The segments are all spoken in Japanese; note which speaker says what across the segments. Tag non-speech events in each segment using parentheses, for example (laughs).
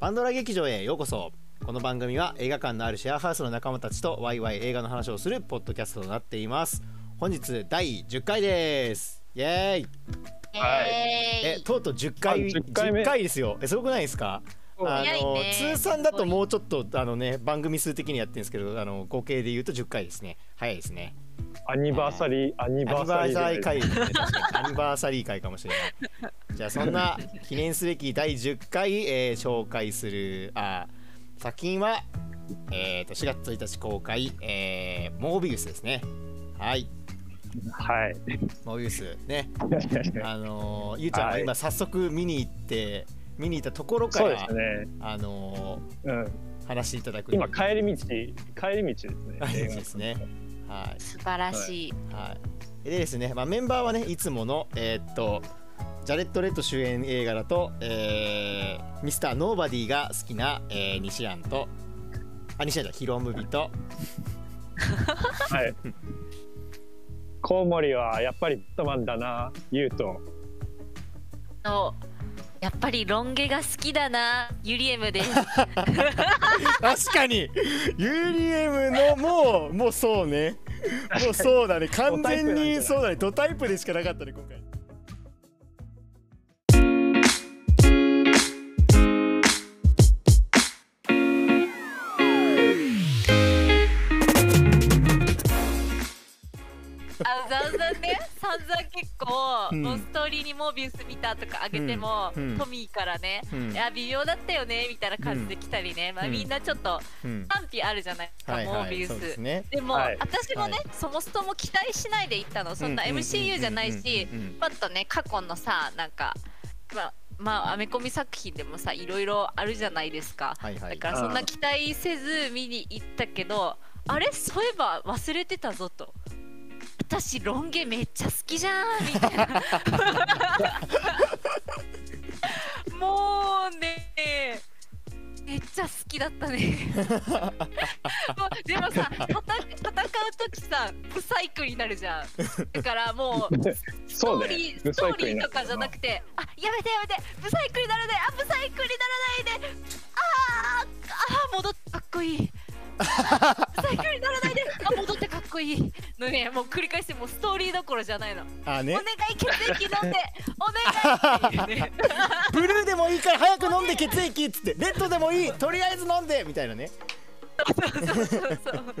Speaker 1: パンドラ劇場へようこそこの番組は映画館のあるシェアハウスの仲間たちとワイワイ映画の話をするポッドキャストとなっています本日第10回ですイエーイ
Speaker 2: はい
Speaker 1: え
Speaker 3: え
Speaker 1: とうとう10回
Speaker 2: あ10回目
Speaker 1: 10回ですよえすごくないですか
Speaker 2: うん
Speaker 1: あ
Speaker 3: 早い
Speaker 1: の
Speaker 3: ね
Speaker 1: 通算だともうちょっとあのね番組数的にやってるんですけどあの合計で言うと10回ですね早いですね
Speaker 2: アニバーサリー、アニ
Speaker 1: アニ
Speaker 2: バーサ
Speaker 1: バ
Speaker 2: リ
Speaker 1: ー
Speaker 2: ー
Speaker 1: サリー会で
Speaker 2: じゃない
Speaker 1: すね確かにアニバーサリー会かもしれないじゃあそんな記念すべき第10回、えー紹介するあー作品は、えー、と4月1日公開、えーモービウスですねはい
Speaker 2: はい。
Speaker 1: モービウスねあのーゆうちゃんは今早速見に行って見に行ったところか
Speaker 2: そう
Speaker 1: ら
Speaker 2: ですね。
Speaker 1: あのー
Speaker 2: うん。
Speaker 1: 話していただく
Speaker 2: 今帰り道、帰り道
Speaker 1: 帰り
Speaker 2: で
Speaker 1: 道
Speaker 2: すね。
Speaker 1: ですねはい
Speaker 3: 素晴らしい。
Speaker 1: はい、でですね、まあ、メンバーはねいつものえーっとジャレット・レッド主演映画だと、えー、ミスター・ノーバディが好きな、えー、西庵とあ西庵じゃないヒロムビと
Speaker 2: はい。コウモリはやっぱりビットマンだな、言うと。
Speaker 3: のやっぱりロン毛が好きだなユリ
Speaker 1: (laughs)
Speaker 3: エムです。
Speaker 1: 確かにユリエムのもうもうそうねもうそうだね完全にそうだねドタイプでしかなかったね今回
Speaker 3: あざんざんね散々結構、
Speaker 1: うん
Speaker 3: のストーリーにモービウス見たとかあげても、
Speaker 1: うんうん
Speaker 3: トミーからね、
Speaker 1: うん
Speaker 3: いや微妙だったよねみたいな感じで来たりね、まあ
Speaker 1: うん
Speaker 3: みんなちょっと
Speaker 1: うん
Speaker 3: 賛否あるじゃないですか、
Speaker 1: はい
Speaker 3: モ
Speaker 1: は
Speaker 3: ービ
Speaker 1: い
Speaker 3: ウ
Speaker 1: そうです
Speaker 3: ス。
Speaker 1: ね
Speaker 3: でも、
Speaker 2: はい
Speaker 3: 私もね、
Speaker 1: は
Speaker 3: そもそも期待しないで行ったのそんな
Speaker 1: うううう
Speaker 3: MCU じゃないし
Speaker 1: うんうん
Speaker 3: パッとね過去のさなんかまあまあアメコミ作品でもさいろいろあるじゃないですか、
Speaker 1: はいは
Speaker 3: だ
Speaker 1: い
Speaker 3: からそんな期待せず見に行ったけどあれそういえば忘れてたぞと私ロン毛めっちゃ好きじゃんみた
Speaker 1: (laughs)
Speaker 3: いなもうねめっちゃ好きだったねもうでもさ戦戦う時さ不細工になるじゃんだからもうスト
Speaker 2: (laughs) そう
Speaker 3: ー
Speaker 2: ね
Speaker 3: リー、。
Speaker 2: ブ
Speaker 3: ス
Speaker 2: サ
Speaker 3: ト
Speaker 2: イ
Speaker 3: ー
Speaker 2: ク
Speaker 3: リー
Speaker 2: にな
Speaker 3: と
Speaker 2: った
Speaker 3: か
Speaker 2: な
Speaker 3: じゃなくて、あ、やめてやめて、ブサイクにならない、あ、ブサイクにならないで、あー、あー、戻ってかっこいい。あーブサイクにならないで、あ、戻ってかっこいい。のね、もう繰り返して、もうストーリーどころじゃないの。
Speaker 1: あ
Speaker 3: お
Speaker 1: ね
Speaker 3: 願い血液飲んで、お願い
Speaker 2: (laughs)
Speaker 3: っていうね。
Speaker 1: ブルーでもいいから早く飲んで血液っつってレッドでもいいとりあえず飲んでみたいなね
Speaker 3: そうそうそう。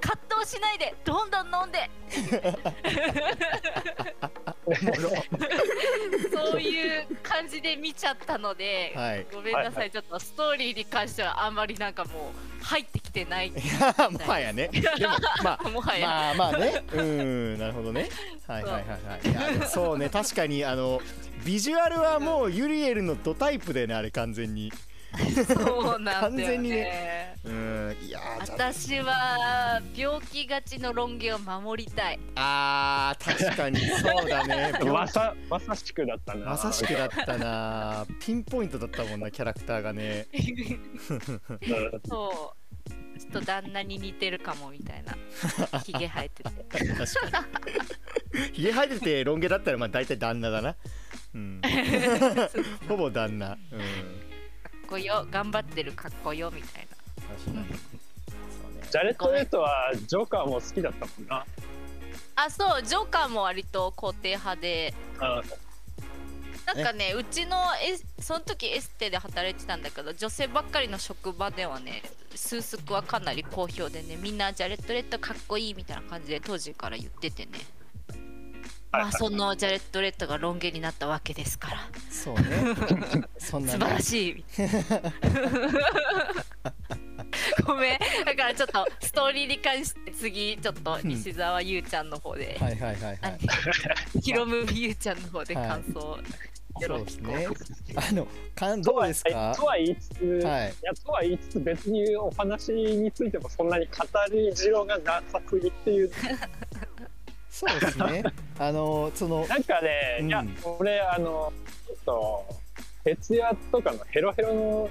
Speaker 3: 葛藤しないで、どんどん飲んで。そういう感じで見ちゃったので、
Speaker 1: はい
Speaker 3: ごめんなさい、
Speaker 2: はいは
Speaker 3: ちょっとストーリーに関してはあんまりなんかもう入ってきてない
Speaker 1: もはやね。でもまあ
Speaker 3: もはや、
Speaker 1: まあまあね。うんなるほどね。はいはいはいはいいや。でもそうね確かにあのビジュアルはもうユリエルのドタイプでねあれ完全に。
Speaker 3: そうなんだ
Speaker 1: 完
Speaker 3: よ
Speaker 1: 全に
Speaker 3: ね。
Speaker 1: うんいやーじゃ
Speaker 3: 私は病気がちの論議を守りたい。
Speaker 1: ああー確かにそうだね。
Speaker 2: まさ、まさしくだったな。
Speaker 1: まさしくだったなピンポイントだったもんなキャラクターがね
Speaker 2: うん
Speaker 3: そう。ちょっと旦那に似てるかもみたいな。ひげ生えてて。
Speaker 1: 確かにひげ生えててロン毛だったらまあ大体旦那だなうんほぼ旦那うん
Speaker 3: かっこよ頑張ってるかっこよみたいな
Speaker 1: 確かにそうね
Speaker 2: ジャレット・レッドはジョーカーも好きだったもんな。
Speaker 3: あそうジョーカーも割と肯定派で
Speaker 2: あ
Speaker 3: なんかねうちのエスその時エステで働いてたんだけど女性ばっかりの職場ではねスースクはかなり好評でねみんなジャレット・レッドかっこいいみたいな感じで当時から言っててね
Speaker 2: はい
Speaker 3: まあそのジャレット・レッドがロン毛になったわけですから
Speaker 1: そうね。そんな
Speaker 3: 素晴
Speaker 1: ね
Speaker 3: らし
Speaker 1: (laughs)
Speaker 3: いごめんだからちょっとストーリーに関して次ちょっと西澤優ちゃんの方で
Speaker 1: はいはいはいはい。
Speaker 3: (laughs) ヒロムミユちゃんの方で感想をよろしく、
Speaker 1: そうですね。あの、かん、どうですか
Speaker 2: はい。とは言いつつ、
Speaker 1: はい。
Speaker 2: いやとは言いつつ別にお話についてもそんなに語りしろがなさすぎっていう
Speaker 1: そうですね。あの、その。
Speaker 2: なんかね、
Speaker 1: うん
Speaker 2: いや俺あのちょっと徹夜とかのヘロヘロの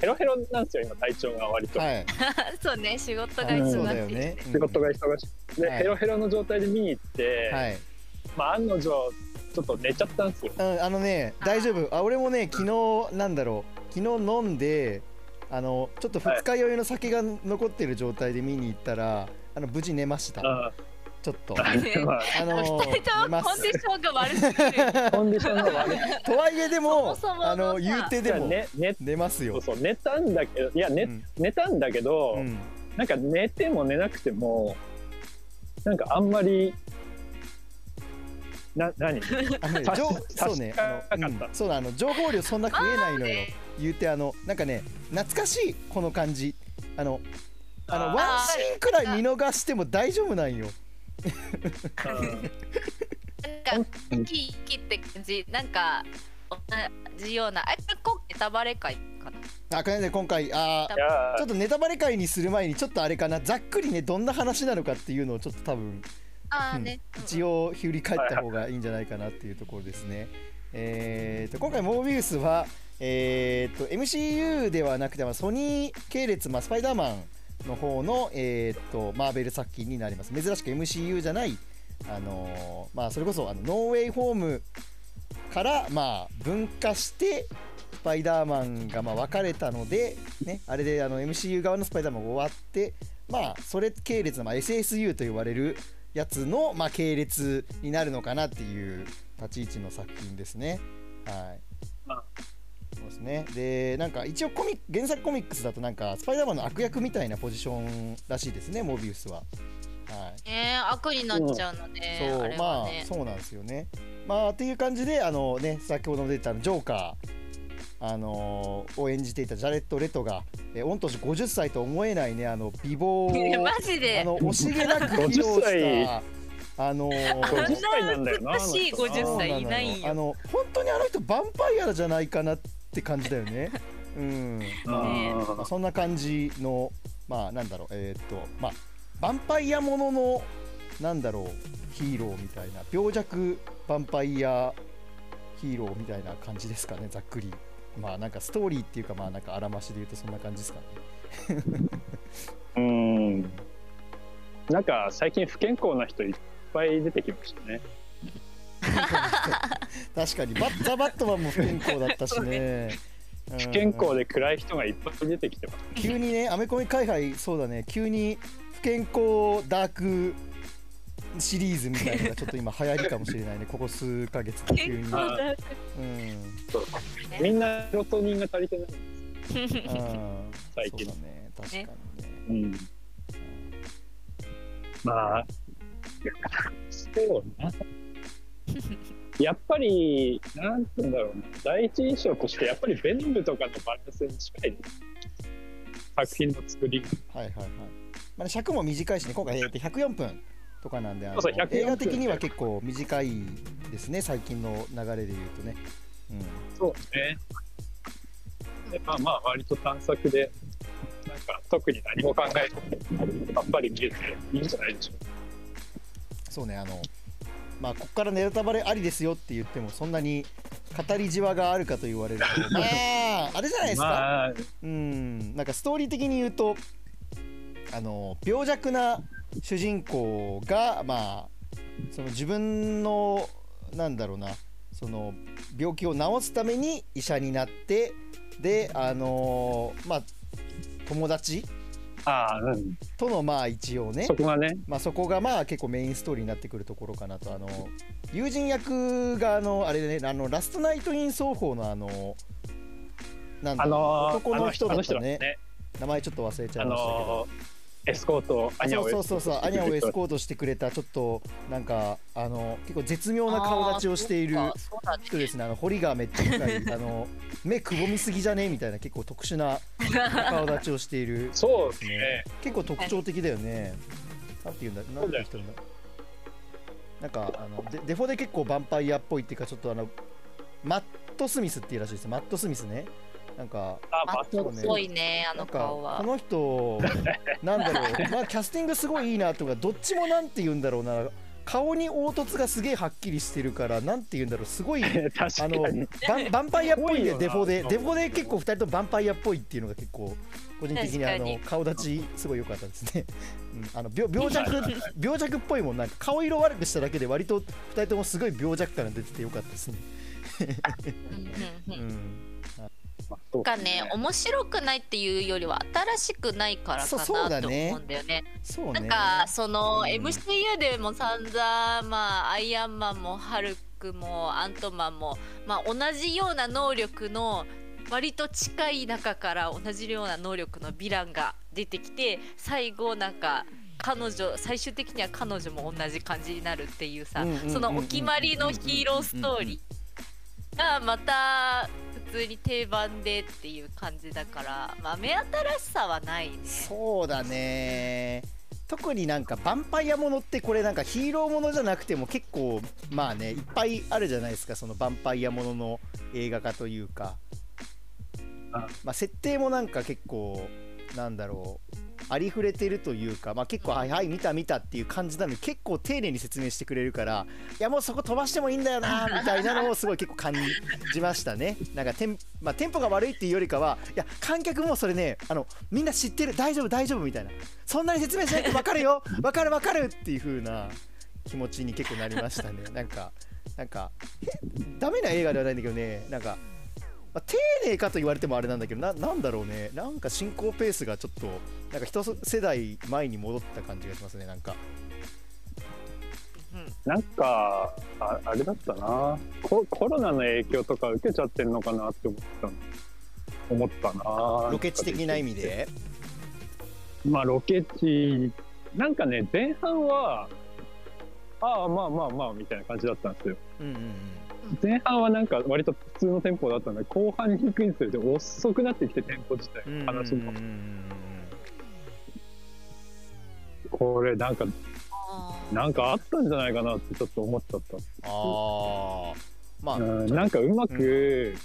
Speaker 2: ヘロヘロなんですよ今体調が割と、
Speaker 1: はい。
Speaker 3: (laughs) そうね仕事が
Speaker 1: あの
Speaker 3: 忙しい
Speaker 1: そうだよね。
Speaker 2: 仕事が忙しくて、で
Speaker 1: はい
Speaker 2: ヘロヘロの状態で見に行って、
Speaker 1: うんはい。
Speaker 2: まあ案の定ちょっと寝ちゃったんですよ。
Speaker 1: うん、あのね
Speaker 3: あー
Speaker 1: 大丈夫あ俺もね昨日なんだろう昨日飲んであのちょっと二日酔いの酒が残ってる状態で見に行ったらあの無事寝ました
Speaker 2: あ
Speaker 1: ちょっとあ
Speaker 2: ーま
Speaker 1: の
Speaker 3: (laughs) 二人と
Speaker 1: 寝
Speaker 3: も
Speaker 1: ま
Speaker 3: コン
Speaker 1: す
Speaker 3: ディションが悪すぎる。
Speaker 2: あ、コンディションが悪い。
Speaker 1: とはいえでも
Speaker 3: そもそものさ
Speaker 1: あの言うて
Speaker 2: じ
Speaker 1: (laughs) で
Speaker 2: ゃあ
Speaker 1: も
Speaker 2: ね、寝
Speaker 1: 寝ます
Speaker 2: そ
Speaker 1: よ
Speaker 2: うそう寝たんだけど、いや寝,、
Speaker 1: うん
Speaker 2: 寝たんだけど、
Speaker 1: うん
Speaker 2: なんか寝ても寝なくても、なんかあんまり。な、何。
Speaker 1: あ
Speaker 2: (laughs)
Speaker 1: のね
Speaker 2: 確
Speaker 1: 情
Speaker 2: か
Speaker 1: そうねあの、
Speaker 2: 確か
Speaker 1: うんそうだあの情報量そんな増えないのよ
Speaker 3: あ
Speaker 1: 言うてあのなんかね懐かしいこの感じあの (laughs) あの
Speaker 2: あー
Speaker 1: ワンシーンくらい見逃しても大丈夫なんよ
Speaker 2: うん
Speaker 3: なんか生き生きって感じなんか同じようなあこれこネタバレ会かな
Speaker 1: あかね今回あー
Speaker 2: いや
Speaker 1: ちょっとネタバレ会にする前にちょっとあれかなざっくりねどんな話なのかっていうのをちょっと多分
Speaker 3: ああね、
Speaker 1: 一
Speaker 3: 応
Speaker 1: 応振り返った方がいいんじゃないかなっていうところですね。えー、と今回モービウスは、えー、と MCU ではなくてまあソニー系列、まあ、スパイダーマンの方の、えー、とマーベル作品になります珍しく MCU じゃない、あのーまあ、それこそあのノーウェイホームから、まあ、分化してスパイダーマンがまあ分かれたので、ね、あれであの MCU 側のスパイダーマンが終わって、まあ、それ系列の、まあ、SSU と呼ばれるやつの、まあ、系列になるのかなっていう立ち位置の作品ですね。はい
Speaker 2: あ
Speaker 1: そうですね、でなんか一応コミック原作コミックスだとなんかスパイダーマンの悪役みたいなポジションらしいですねモビウスは。はい、
Speaker 3: ね悪になっちゃうので、
Speaker 1: そう、
Speaker 3: あれ
Speaker 1: ま
Speaker 3: は
Speaker 1: あ
Speaker 3: ね、
Speaker 1: そうなんですよね。まあっていう感じであのね先ほども出てたジョーカー。あのを演じていたジャレット・レトが、えー御年50歳と思えないねあの美貌
Speaker 3: いや
Speaker 1: を
Speaker 3: (laughs) マジ
Speaker 1: あ
Speaker 3: で
Speaker 2: (laughs)
Speaker 1: の惜しげなく披露
Speaker 2: 50歳
Speaker 1: したあの
Speaker 3: あんな
Speaker 2: 50歳なんだよな
Speaker 3: 美しい
Speaker 2: あの人
Speaker 3: 50歳いない
Speaker 1: あ
Speaker 3: よ
Speaker 1: の本当にあの人ヴァンパイアじゃないかなって感じだよね。 (laughs) うん。
Speaker 2: あ
Speaker 3: ね
Speaker 2: ー
Speaker 1: まあそんな感じのまあなんだろうえーっとまあヴァンパイアもののなんだろうヒーローみたいな病弱ヴァンパイアヒーローみたいな感じですかねざっくり。まあなんかストーリーっていうかまあなんかあらましで言うとそんな感じですかね。
Speaker 2: うん。なんか最近不健康な人いっぱい出てきましたね。
Speaker 1: 確かにバッザバットマンも不健康だったし
Speaker 3: そう
Speaker 1: ね。
Speaker 2: (laughs) 不健
Speaker 1: うん
Speaker 2: 康で暗い人がいっぱい出てきてます。
Speaker 1: 急に
Speaker 2: (laughs)
Speaker 1: ねアメコミ界隈そうだね急に不健康ダークシリーズみたいなのがちょっと今流行りかもしれない
Speaker 2: (laughs)
Speaker 1: ねここ数ヶ月で急
Speaker 3: 健
Speaker 1: に、う
Speaker 3: 康
Speaker 1: ん、
Speaker 3: だ
Speaker 1: あ
Speaker 3: ね
Speaker 2: みんなセロトニンが足りてない。
Speaker 1: ー
Speaker 2: 最近
Speaker 1: そうだね確かにね
Speaker 2: うん。まあ。そう (laughs) な。やっぱり、なんて言うんだろうな、第一印象として、やっぱりベノムとかのバランスに近い作品の作りが
Speaker 1: はいはいはい、まあね、尺も短いしね今回、えーと104分とかなんであの
Speaker 2: そうそう104分
Speaker 1: 映画的には結構短いですね最近の流れで言うとね、うん、
Speaker 2: そうね。でまあまあ割と探索でなんか特に何も考えずさっぱり見れていいんじゃないでしょうか。
Speaker 1: そうねあのまあここからネタバレありですよって言ってもそんなに語りじわがあるかと言われる
Speaker 2: (laughs)
Speaker 1: とまああれじゃないですか、
Speaker 2: まあ
Speaker 1: うんなんかストーリー的に言うとあの病弱な主人公がまあその自分のなんだろうなその病気を治すために医者になってであのまあ友達
Speaker 2: ああ、うん
Speaker 1: とのまあ一応ね
Speaker 2: そこがね、
Speaker 1: まあ、そこがまあ結構メインストーリーになってくるところかなとあの友人役があのあれねあのラストナイト・イン奏法のあのなんだ
Speaker 2: あのー、
Speaker 1: 男の人だった
Speaker 2: あの
Speaker 1: ね
Speaker 2: 人ね
Speaker 1: 名前ちょっと忘れちゃ
Speaker 2: あ
Speaker 1: いましたけど。
Speaker 2: のーエスコート、アニャをエス
Speaker 1: そう
Speaker 2: コー
Speaker 1: そ
Speaker 2: ト
Speaker 1: うそうそうアニャをエスコートしてくれたちょっとなんかあの結構絶妙な顔立ちをしている
Speaker 3: あーそうか
Speaker 1: 人ですねあの彫りがめっちゃ深 (laughs) いあの目くぼみすぎじゃねみたいな結構特殊な
Speaker 3: そうだね
Speaker 1: 顔立ちをしている
Speaker 2: そうですね。
Speaker 1: 結構特徴的だよね。なんて言うんだ、なんて言うんだ。なんかあのデデフォで結構ヴァンパイアっぽいっていうかちょっとあのマットスミスっていうらしいですマットスミスねなんか
Speaker 2: あ、
Speaker 3: あ
Speaker 2: まあ、
Speaker 3: そうっぽいねあ
Speaker 1: な
Speaker 3: の
Speaker 1: んか
Speaker 3: 顔
Speaker 1: こ
Speaker 3: は
Speaker 1: の (laughs) 人なんだろうまあキャスティングすごいいいなとかどっちもなんて言うんだろうな顔に凹凸がすげえはっきりしてるからなんて言うんだろうすごい
Speaker 2: (laughs) 確か
Speaker 1: あの
Speaker 2: に。
Speaker 1: バンバンパイアっぽいんだよデ
Speaker 4: す
Speaker 1: フ
Speaker 4: ご
Speaker 1: ォ
Speaker 4: い
Speaker 1: で
Speaker 4: よな
Speaker 1: デフォで結構2人ともバンパイアっぽいっていうのが結構個人的にあ
Speaker 3: 確か
Speaker 1: の
Speaker 3: に
Speaker 1: 顔立ちすごい良かったですね、うん、あの病病弱病弱っぽいもんなんか顔色悪くしただけで割と2人ともすごい病弱感が出てて良かったですね、
Speaker 3: うんう
Speaker 1: う
Speaker 3: んうん
Speaker 1: ん
Speaker 2: そう
Speaker 3: なんかね面白くないっていうよりは新しくないから
Speaker 1: そうそう
Speaker 3: か
Speaker 1: だ
Speaker 3: なと
Speaker 1: ね
Speaker 3: 思うんだよね。
Speaker 1: そう
Speaker 3: な
Speaker 1: ね
Speaker 3: んかそ
Speaker 1: う
Speaker 3: の
Speaker 1: ん
Speaker 3: MCU でも散々まあアイアンマンもハルクもアントマンもまあ同じような能力の割と近い中から同じような能力のヴィランが出てきて最後なんか彼女最終的には彼女も同じ感じになるっていうさ
Speaker 1: うんうんうんうん
Speaker 3: そのお決まりのヒーローストーリーがまた普通に定番でっていう感じだからまあ目新しさはないね。
Speaker 1: そうだね特になんかヴァンパイアものってこれなんかヒーローものじゃなくても結構まあねいっぱいあるじゃないですかそのヴァンパイアものの映画化というか
Speaker 2: あ
Speaker 1: まあ設定もなんか結構なんだろうありふれてるというか、まあ、結構「はいはい見た見た」っていう感じなのに結構丁寧に説明してくれるからいやもうそこ飛ばしてもいいんだよなみたいなのをすごい結構感じましたね。なんかテン,、まあ、テンポが悪いっていうよりかはいや観客もそれねあのみんな知ってる大丈夫大丈夫みたいなそんなに説明しない
Speaker 2: (laughs)
Speaker 1: と分かるよ分かる分かるっていう風な気持ちに結構なりましたね。なんかなんかダメな映画ではないんだけどねなんか、まあ丁寧かと言われてもあれなんだけどななんだろうねなんか進行ペースがちょっとなんか一世代前に戻った感じがしますねなんか
Speaker 3: うん
Speaker 2: (laughs) なんかあ、あれだったなコ。コロナの影響とか受けちゃってんのかなって思ったの思ったな。
Speaker 1: ロケ地的な意味で
Speaker 2: まあロケ地なんかね前半はああまあまあまあみたいな感じだったんですよ
Speaker 1: うんうんうん
Speaker 2: 前半はなんか割と普通のテンポだったんで後半に行くにつれて遅くなってきてテンポ自体
Speaker 1: うん
Speaker 2: 話も
Speaker 1: うんうんうん
Speaker 2: これなんか
Speaker 3: あー
Speaker 2: なんかあったんじゃないかなってちょっと思っちゃった
Speaker 1: ああまあ、
Speaker 2: うんなんかうまく、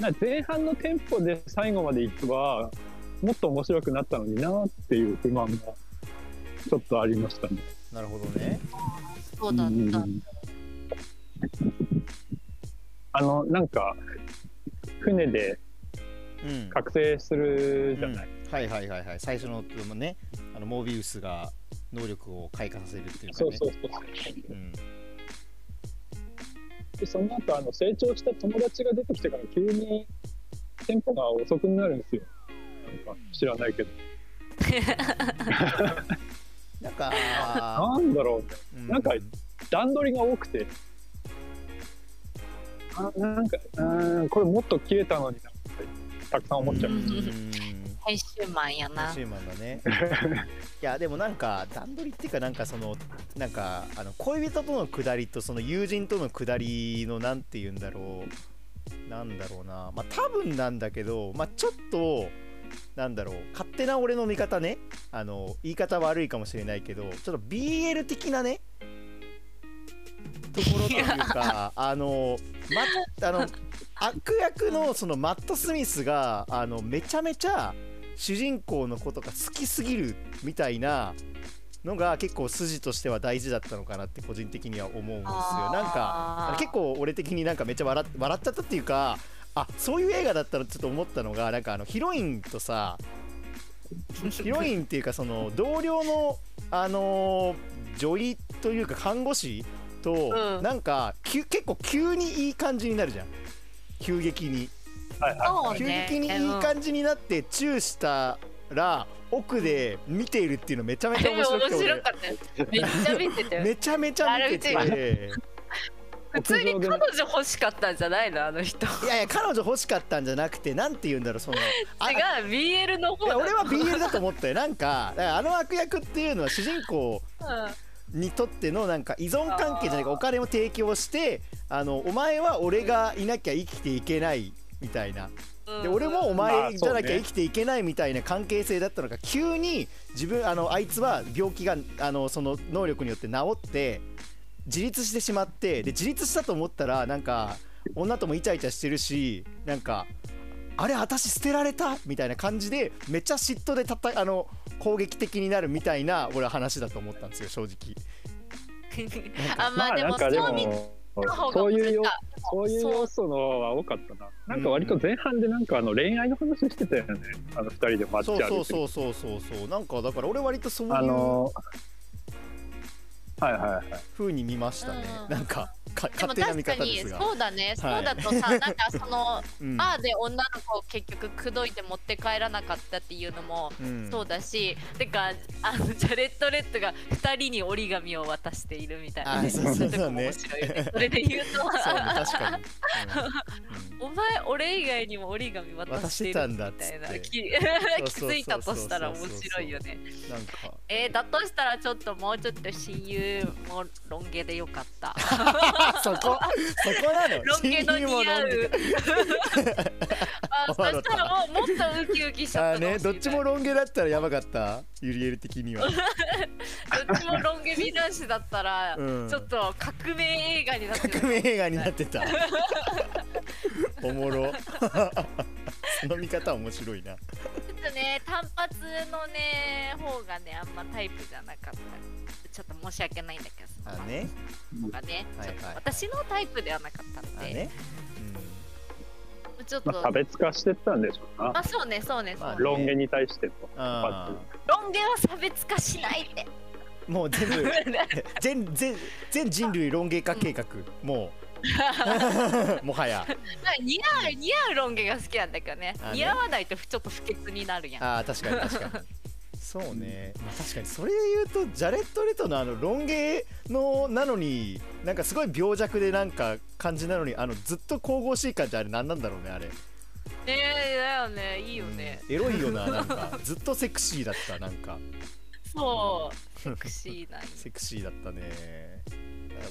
Speaker 2: な前半のテンポで最後まで行けばもっと面白くなったのになっていう不満がちょっとありましたね
Speaker 1: なるほどね
Speaker 3: そうだった。
Speaker 2: うんあのなんか船で
Speaker 1: うん
Speaker 2: 覚醒するじゃない、
Speaker 1: うんはいはいはいはい最初のもねあのモービウスが能力を開花させるっていうかね
Speaker 2: そうそうそう
Speaker 1: うん
Speaker 2: でその後あの成長した友達が出てきてから急にテンポが遅くなるんですよなんか知らないけど
Speaker 1: なんか
Speaker 2: なんだろう
Speaker 1: うん
Speaker 2: なんか段取りが多くてあなんかうーんこれもっと切れたのになってたくさん思っちゃう、
Speaker 1: うん
Speaker 3: 編集マンやな。
Speaker 1: シューマンだ
Speaker 2: (laughs)
Speaker 1: ねいやでもなんか段取りっていうかなんかそのなんかあの恋人とのくだりとその友人とのくだりのなんて言うんだろうなんだろうなまあ多分なんだけどまあちょっとなんだろう勝手な俺の見方ねあの言い方悪いかもしれないけどちょっと BL 的なねところというかあの,、ま、あの悪役のそのマット・スミスがあのめちゃめちゃ主人公のことが好きすぎるみたいなのが結構筋としては大事だったのかなって個人的には思うんですよ。なんかあの
Speaker 3: か
Speaker 1: 結構俺的になんかめっちゃ笑っ笑っちゃったっていうかあそういう映画だったらちょっと思ったのがなんかあのヒロインとさヒロインっていうかその同僚のあのー女医というか看護師と
Speaker 3: うん
Speaker 1: なんかきゅ結構急にいい感じになるじゃん急激に。
Speaker 2: はいはい
Speaker 3: そう
Speaker 1: 急
Speaker 3: ね。
Speaker 1: 激にいい感じになってチューしたら奥で見ているっていうのめちゃめちゃ面
Speaker 3: 面
Speaker 1: 白くて
Speaker 3: 白かったよ。めっちゃ見てた
Speaker 1: 俺
Speaker 3: よ。
Speaker 1: めちゃめちゃ見て
Speaker 3: あれ
Speaker 1: て
Speaker 3: 普通に彼女欲しかったんじゃないのあの人。違う
Speaker 1: いやいや彼女欲しかったんじゃなくてなんて言うんだろうそのあ
Speaker 3: BL の方
Speaker 1: い
Speaker 3: だ
Speaker 1: や。俺は BL だと思ったよなんかだからあの悪役っていうのは主人公にとってのなんか依存関係じゃないかお金を提供してあのお前は俺がいなきゃ生きていけないみたいな
Speaker 3: うん
Speaker 1: で俺もお
Speaker 2: まあ
Speaker 1: 前じゃなき
Speaker 2: そう
Speaker 1: ゃ生
Speaker 2: ね
Speaker 1: きていけないみたいな関係性だったのが急に自分あのあいつは病気があのその能力によって治って自立してしまってで自立したと思ったらなんか女ともイチャイチャしてるしなんかあれ私捨てられたみたいな感じでめっちゃ嫉妬でたたあの攻撃的になるみたいな俺は話だと思ったんですよ正直。
Speaker 3: (laughs) あまあでも
Speaker 2: なんかで
Speaker 3: そう見
Speaker 2: も
Speaker 3: た方が
Speaker 2: そういうよ
Speaker 3: 難しかった
Speaker 2: そういう要素のは多かったな。なんか割と前半でなんかあの恋愛の話してたよね。あの二人で街
Speaker 1: そ
Speaker 2: 歩
Speaker 1: う
Speaker 2: いてる。
Speaker 1: そうそうそうそうそうなんかだから俺割とそうい
Speaker 2: あ
Speaker 1: う
Speaker 2: のはいはいはい。
Speaker 1: 風に見ましたね、
Speaker 3: うん
Speaker 1: なんかか
Speaker 3: でも
Speaker 1: 勝手な見
Speaker 3: 確か
Speaker 1: 方
Speaker 3: に
Speaker 1: ですが
Speaker 3: そうだね、そうだとさ、なんかそ (laughs) の
Speaker 1: うん
Speaker 3: バーで女の子を結局口説いて持って帰らなかったっていうのも
Speaker 1: うん
Speaker 3: そうだし、てかあのジャレット・レッドが2人に折り紙を渡しているみたいなね、
Speaker 1: あそうそうそうね
Speaker 3: 面白いよねそれで言うと
Speaker 1: そうね確かに、うんうん
Speaker 3: (laughs) お前俺以外にも折り紙渡してるみたい
Speaker 1: 渡してたん
Speaker 3: な
Speaker 1: だっつって
Speaker 3: き (laughs) 気
Speaker 1: そうそうそうそうそう
Speaker 3: づいたとしたら面白いよね
Speaker 1: なんか
Speaker 3: えー、だとしたらちょっともうちょっと親友もロン毛でよかった
Speaker 2: (laughs)
Speaker 1: そこそこなの
Speaker 3: ロン毛の似
Speaker 1: (laughs) 親友
Speaker 3: 合
Speaker 1: もロン (laughs)
Speaker 3: うあそしたらもうもっとウキウキしち
Speaker 1: 毛
Speaker 3: ゃ
Speaker 1: あ
Speaker 3: っ
Speaker 1: ー
Speaker 3: たかも
Speaker 1: (laughs) ね
Speaker 3: しれない
Speaker 1: どっちもロン毛だったらやばかったゆりえる的
Speaker 3: (laughs)
Speaker 1: には、
Speaker 3: どっちもロン毛美男子だったら、
Speaker 1: うん、
Speaker 3: ちょっと革命映画になって
Speaker 1: 革
Speaker 3: る
Speaker 1: 命映画になってたおもろ (laughs) その見方面白いな
Speaker 3: ちょっとね単発のね方がねあんまタイプじゃなかったちょっと申し訳ないんだけどその
Speaker 1: ね
Speaker 3: 方がね、
Speaker 1: はいはい
Speaker 3: ちょっと私のタイプではなかったの
Speaker 1: あ
Speaker 3: で、
Speaker 1: ね、
Speaker 3: ちょっと、
Speaker 2: まあ、差別化してったんでしょうな。
Speaker 3: あそうねそうねそう
Speaker 1: ま
Speaker 3: ね、
Speaker 1: あ
Speaker 2: ロン毛に対してと。
Speaker 1: うん、あ
Speaker 3: ロン毛は差別化しないって
Speaker 1: ーもう全部全全全人類論芸化計画、も
Speaker 3: (laughs)
Speaker 1: うもはや
Speaker 3: まあ似合う似合うロン毛が好きなんだけどね
Speaker 1: あね
Speaker 3: 似合わないとちょっと不潔になるやん
Speaker 1: あー確かに確かにそうね、まあ、確かにそれで言うとジャレット・レトのあのロン毛のなのになんかすごい病弱でなんか感じなのにあのずっと神々しい感じあれ何なんだろうねあれ
Speaker 3: ねえだよねいいよね、
Speaker 1: エロいよななんかずっとセクシーだったなんか
Speaker 3: そうセクシーない
Speaker 1: (laughs) セクシーだったね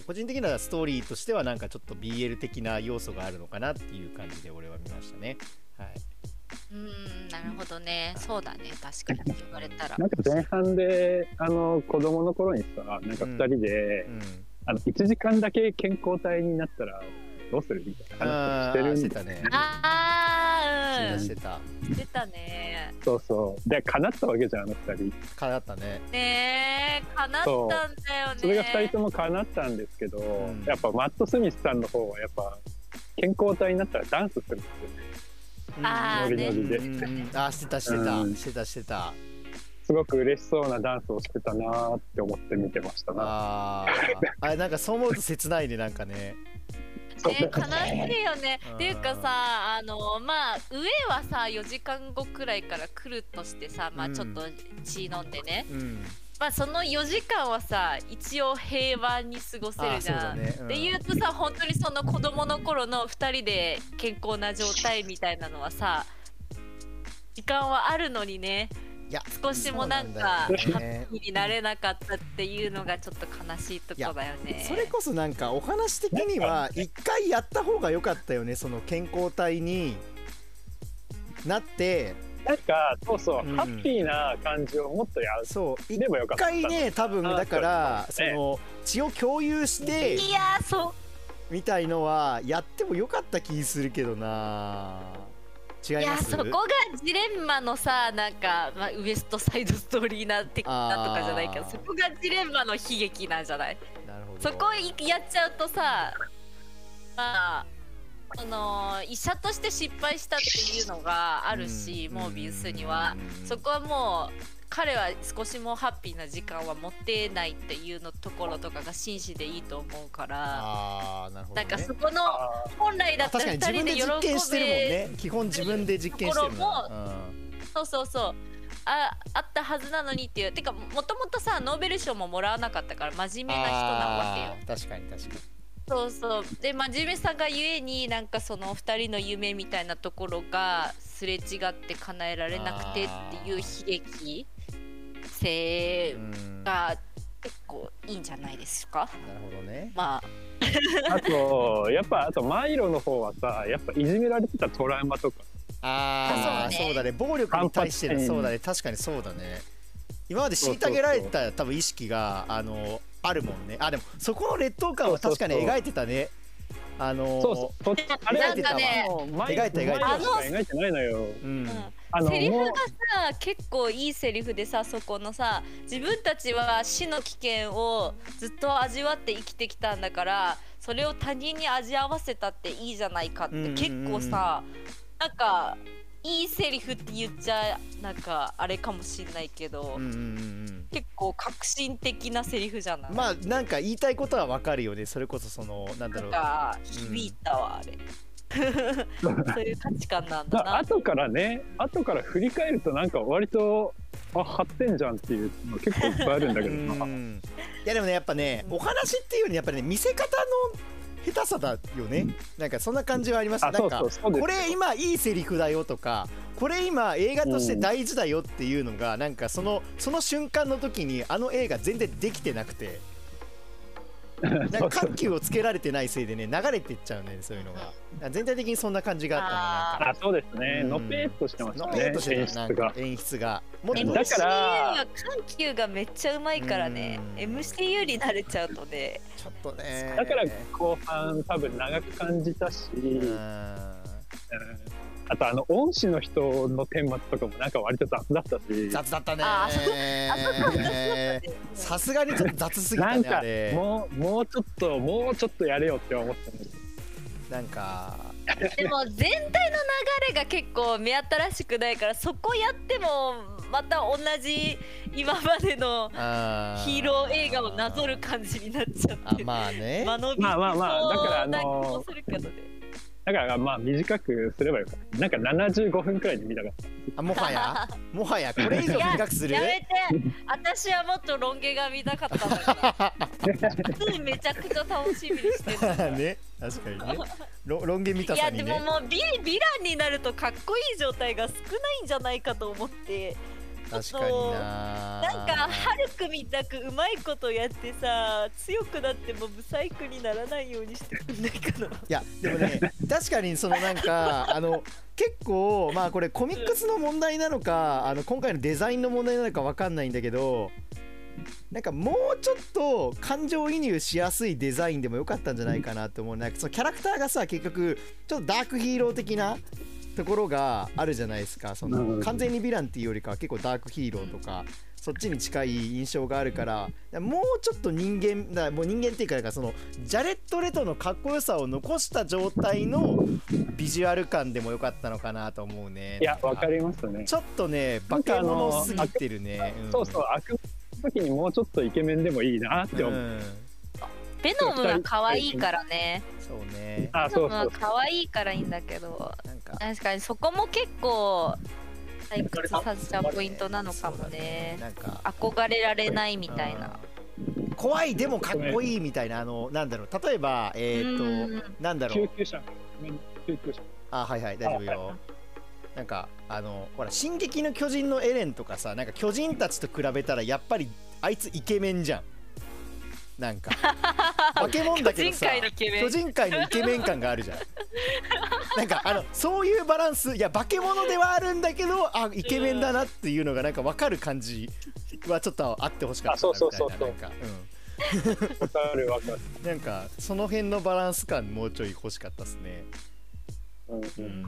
Speaker 1: 個人的なストーリーとしてはなんかちょっと BL 的な要素があるのかなっていう感じで俺は見ましたねはい
Speaker 3: うんなるほどねそうだね確かに言われたら
Speaker 2: なんか前半であの子供の頃にさ、なんか二人で、
Speaker 1: うん
Speaker 2: あの一時間だけ健康体になったらどうするみたいな
Speaker 1: あ
Speaker 2: 話をしてる
Speaker 1: ー
Speaker 2: ん
Speaker 1: して
Speaker 2: で
Speaker 1: たね
Speaker 3: あ
Speaker 1: して
Speaker 3: あ
Speaker 1: た
Speaker 3: う
Speaker 1: し
Speaker 3: ん
Speaker 1: てた
Speaker 3: 出たね
Speaker 2: そうそうで叶ったわけじゃんあの二人
Speaker 1: かなったね
Speaker 3: ねえ叶ったんだよね
Speaker 2: それが二人とも叶ったんですけど、
Speaker 1: ん
Speaker 2: やっぱマット・スミスさんの方はやっぱ健康体になったらダンスするんですよね
Speaker 3: あーね
Speaker 2: ノリノリで
Speaker 1: うんうんうんあーしてたしてた
Speaker 2: うん
Speaker 1: してたしてた
Speaker 2: すごく嬉しそうなダンスをしてたなーって思って見てましたな
Speaker 1: あーあれなんかそう思うと切ないねなんかね
Speaker 2: そう
Speaker 3: ね、悲しいよね
Speaker 1: うん。
Speaker 3: っていうかさあのまあ上はさ4時間後くらいから来るとしてさまあ
Speaker 1: うん
Speaker 3: ちょっと血飲んでね、
Speaker 1: うん
Speaker 3: まあその4時間はさ一応平和に過ごせ
Speaker 1: あー
Speaker 3: る
Speaker 1: そ
Speaker 3: じ
Speaker 1: うだ
Speaker 3: ゃん。
Speaker 1: ね
Speaker 3: って言うとさ本当にその子供の頃の2人で健康な状態みたいなのはさ時間はあるのにね
Speaker 1: いや
Speaker 3: 少しもなんか
Speaker 1: そうなんだよね
Speaker 3: ハッピーになれなかったっていうのがちょっと悲しいとこだよね。
Speaker 1: それこそなんかお話的には一回やった方が良かったよねその健康体になって
Speaker 2: なんかそうそう、
Speaker 1: うん
Speaker 2: ハッピーな感じをもっとや
Speaker 1: そう一
Speaker 2: ればよかった
Speaker 1: 回ね多分
Speaker 2: あー
Speaker 1: だから
Speaker 2: そ
Speaker 1: そう
Speaker 2: ですね
Speaker 1: の血を共有して
Speaker 3: いやーそう
Speaker 1: みたいのはやっても良かった気するけどな違
Speaker 3: い
Speaker 1: い
Speaker 3: や
Speaker 1: ます
Speaker 3: そこがジレンマのさなんか、まあ、ウエストサイドストーリーな的なとかじゃないけど
Speaker 1: あー
Speaker 3: そこがジレンマの悲劇なんじゃない
Speaker 1: なるほど
Speaker 3: そこいやっちゃうとさまあその医者として失敗したっていうのがあるし、
Speaker 1: うん
Speaker 3: モービウスには、
Speaker 1: うん
Speaker 3: そこはもう彼は少しもハッピーな時間は持ってないっていうのところとかが紳士でいいと思うから、
Speaker 1: あーなるほど、
Speaker 3: な
Speaker 1: ね、
Speaker 3: んかそこの
Speaker 2: あ
Speaker 3: 本来だ
Speaker 1: まあ
Speaker 3: った
Speaker 1: 確
Speaker 3: ら
Speaker 1: かに
Speaker 3: 2
Speaker 1: 自
Speaker 3: 人
Speaker 1: 分
Speaker 3: で
Speaker 1: で実
Speaker 3: 喜べ
Speaker 1: 験してるもんね基本自分で実験してるもん
Speaker 3: ところ
Speaker 1: な
Speaker 3: そうそうそうああったはずなのにっていうてかもともとさノーベル賞ももらわなかったから真
Speaker 1: う
Speaker 3: 面
Speaker 1: ん、
Speaker 3: 目な人なわけよ
Speaker 1: あー確かに確かに
Speaker 3: そうそうで真面目さがゆえになんかその2人の夢みたいなところがすれ違って叶えられなくてっていう悲劇性
Speaker 1: うんな
Speaker 3: が結構いいんじゃないですか
Speaker 1: るほどね
Speaker 3: ま
Speaker 2: ーあとやっぱあとマイロの方はさやっぱいじめられてたトラウマとか
Speaker 1: ああ
Speaker 3: あそ
Speaker 1: そ
Speaker 3: う
Speaker 1: う,、
Speaker 3: ね
Speaker 1: だね暴力に対して
Speaker 2: 反
Speaker 1: の
Speaker 2: 発点
Speaker 1: そうだね確かにそうだね今まで虐げられた多分意識があのあるもんねあでもそこの劣等感は確かに
Speaker 2: そうそうそう
Speaker 1: 描いてたねあのー
Speaker 2: そうそう途中あれ
Speaker 3: なんかね
Speaker 2: もう前
Speaker 1: 描いた描いた
Speaker 2: 前の人が描いてないのよ
Speaker 1: うん
Speaker 2: あの
Speaker 3: セリフが
Speaker 2: もう
Speaker 3: さ結構いいセリフでさそこのさ自分たちは死の危険をずっと味わって生きてきたんだからそれを他人に味合わせたっていいじゃないかって、
Speaker 1: うんうんうん
Speaker 3: 結構さなんかいいセリフって言っちゃなんかあれかもしんないけど、
Speaker 1: うんうんうん
Speaker 3: 結構革新的なセリフじゃない、
Speaker 1: まあなんか言いたいことはわかるよねそれこそそのなんだ
Speaker 3: な
Speaker 1: ろ
Speaker 3: ん
Speaker 1: う
Speaker 3: か響いた
Speaker 1: (laughs)
Speaker 3: わ、あれそういう価値観なんだ
Speaker 2: だ
Speaker 3: な
Speaker 2: 後からね後から振り返るとなんか割とあ張ってんじゃんっていうの結構いっぱいあるんだけ
Speaker 1: う
Speaker 2: どな、
Speaker 1: んいやでもねやっぱね
Speaker 3: うん
Speaker 1: お話っていうよりやっぱりね見せ方の下手さだよねなんかそんな感じはありました
Speaker 2: あ
Speaker 1: な
Speaker 2: そ
Speaker 1: ん
Speaker 2: う
Speaker 1: か
Speaker 2: そうそうです
Speaker 1: これ今いいセリフだよとかこれ今映画として大事だよっていうのがなんかそのその瞬間の時にあの映画全然できてなくてなんか緩急をつけられてないせいでね流れてっちゃうねそういうのが全体的にそんな感じがあったななんか
Speaker 2: あそうですね、
Speaker 1: うん
Speaker 2: のぺーっとしてました
Speaker 1: の
Speaker 2: ね
Speaker 1: ペーとして
Speaker 2: 演
Speaker 1: たなん
Speaker 2: 出
Speaker 1: か
Speaker 2: が
Speaker 1: 演出がもっと
Speaker 3: MCU
Speaker 2: だから
Speaker 3: は緩急がめっちゃうまいからね
Speaker 1: うん
Speaker 3: MCU に慣れちゃうとね
Speaker 1: ちょっとね
Speaker 2: だから後半多分長く感じたし、
Speaker 1: うん
Speaker 2: あとあの恩師の人の顛末とかもなんか割と雑だったし
Speaker 1: 雑だったね
Speaker 3: あそ
Speaker 1: (laughs) さすがにちょっと雑すぎ
Speaker 2: な
Speaker 1: た
Speaker 2: ん
Speaker 1: ねあ
Speaker 2: か
Speaker 1: れ
Speaker 2: もうもうちょっともうちょっとやれよって思ったんです
Speaker 1: なんか
Speaker 3: でも全体の流れが結構目新しくないからそこやってもまた同じ今までのヒ
Speaker 1: ヒ
Speaker 3: ーロー映画をなぞる感じになっちゃ
Speaker 1: あ
Speaker 3: って
Speaker 1: まあね、
Speaker 3: 間延び
Speaker 2: まあまあまあだからあのー
Speaker 3: そうな気もするけどね
Speaker 2: だからまあ短くすればよかったなんか75分くらいで見たかっ
Speaker 1: あ、もはやもはやこれ以上短くする
Speaker 3: やめて私はもっとロン毛が見たかったんだからめちゃくちゃ楽しみにしてる
Speaker 1: (laughs) ね確かにねロロン毛見た
Speaker 3: いや
Speaker 1: さ
Speaker 3: で
Speaker 1: に
Speaker 3: も
Speaker 1: ね
Speaker 3: もうビヴィランになるとかっこいい状態が少ないんじゃないかと思って
Speaker 1: 確かにな
Speaker 3: なんかハルクみたくうまいことやってさ強くなってもブサイクにならないようにしてくんないかない
Speaker 1: やでもね確かにそのなん (laughs) かあの結構まあこれコミックスの問題なのかあの今回のデザインの問題なのかわかんないんだけどなんかもうちょっと感情移入しやすいデザインでもよかったんじゃないかなと思うなんかそのキャラクターがさ結局ちょっとダークヒーロー的なところがあるじゃないですかその完全にヴィランっていうよりかは結構ダークヒーローとかそっちに近い印象があるからもうちょっと人間だからもう人間っていうかなんかそのジャレット・レトのかっこよさを残した状態のビジュアル感でもよかったのかなと思うね
Speaker 2: たいやわか
Speaker 1: る
Speaker 2: りますね
Speaker 1: ちょっとね化け物すぎてるね
Speaker 2: そうそう悪夢の時にもうちょっとイケメンでもいいなって
Speaker 1: う
Speaker 2: 思う、
Speaker 1: ん
Speaker 3: ベノムは可愛いからね
Speaker 1: そうね
Speaker 2: あ
Speaker 3: ベノ
Speaker 2: そ
Speaker 3: ム
Speaker 2: うそ
Speaker 3: は
Speaker 2: う
Speaker 3: 可愛いからいいんだけど
Speaker 1: なんか
Speaker 3: 確かにそこも結構退屈させちゃうポイントなのかもね
Speaker 1: なんか
Speaker 3: 憧れられないみたいな
Speaker 1: うん怖いでもかっこいいみたいなあのなんだろう例えばえっ、
Speaker 3: うん
Speaker 1: となんだろう
Speaker 2: 救急車救急車
Speaker 1: あはいはい大丈夫よなんかあのほら「進撃の巨人」のエレンとかさなんか巨人たちと比べたらやっぱりあいつイケメンじゃんなん
Speaker 3: (laughs)
Speaker 1: か化け物だけどさ
Speaker 3: のイケメ
Speaker 1: 巨人界のイケメン感があるじゃんなんかあのそういうバランスいや化け物ではあるんだけどあイケメンだなっていうのがなんか分かる感じはちょっとあってほしかったな
Speaker 2: あそう
Speaker 1: みたい
Speaker 2: そう
Speaker 1: な
Speaker 2: そうそ
Speaker 1: な
Speaker 2: う
Speaker 1: んか、
Speaker 2: わかるわかる、
Speaker 1: うん、なんかその辺のバランス感もうちょい欲しかったですね、
Speaker 2: う
Speaker 1: うんん、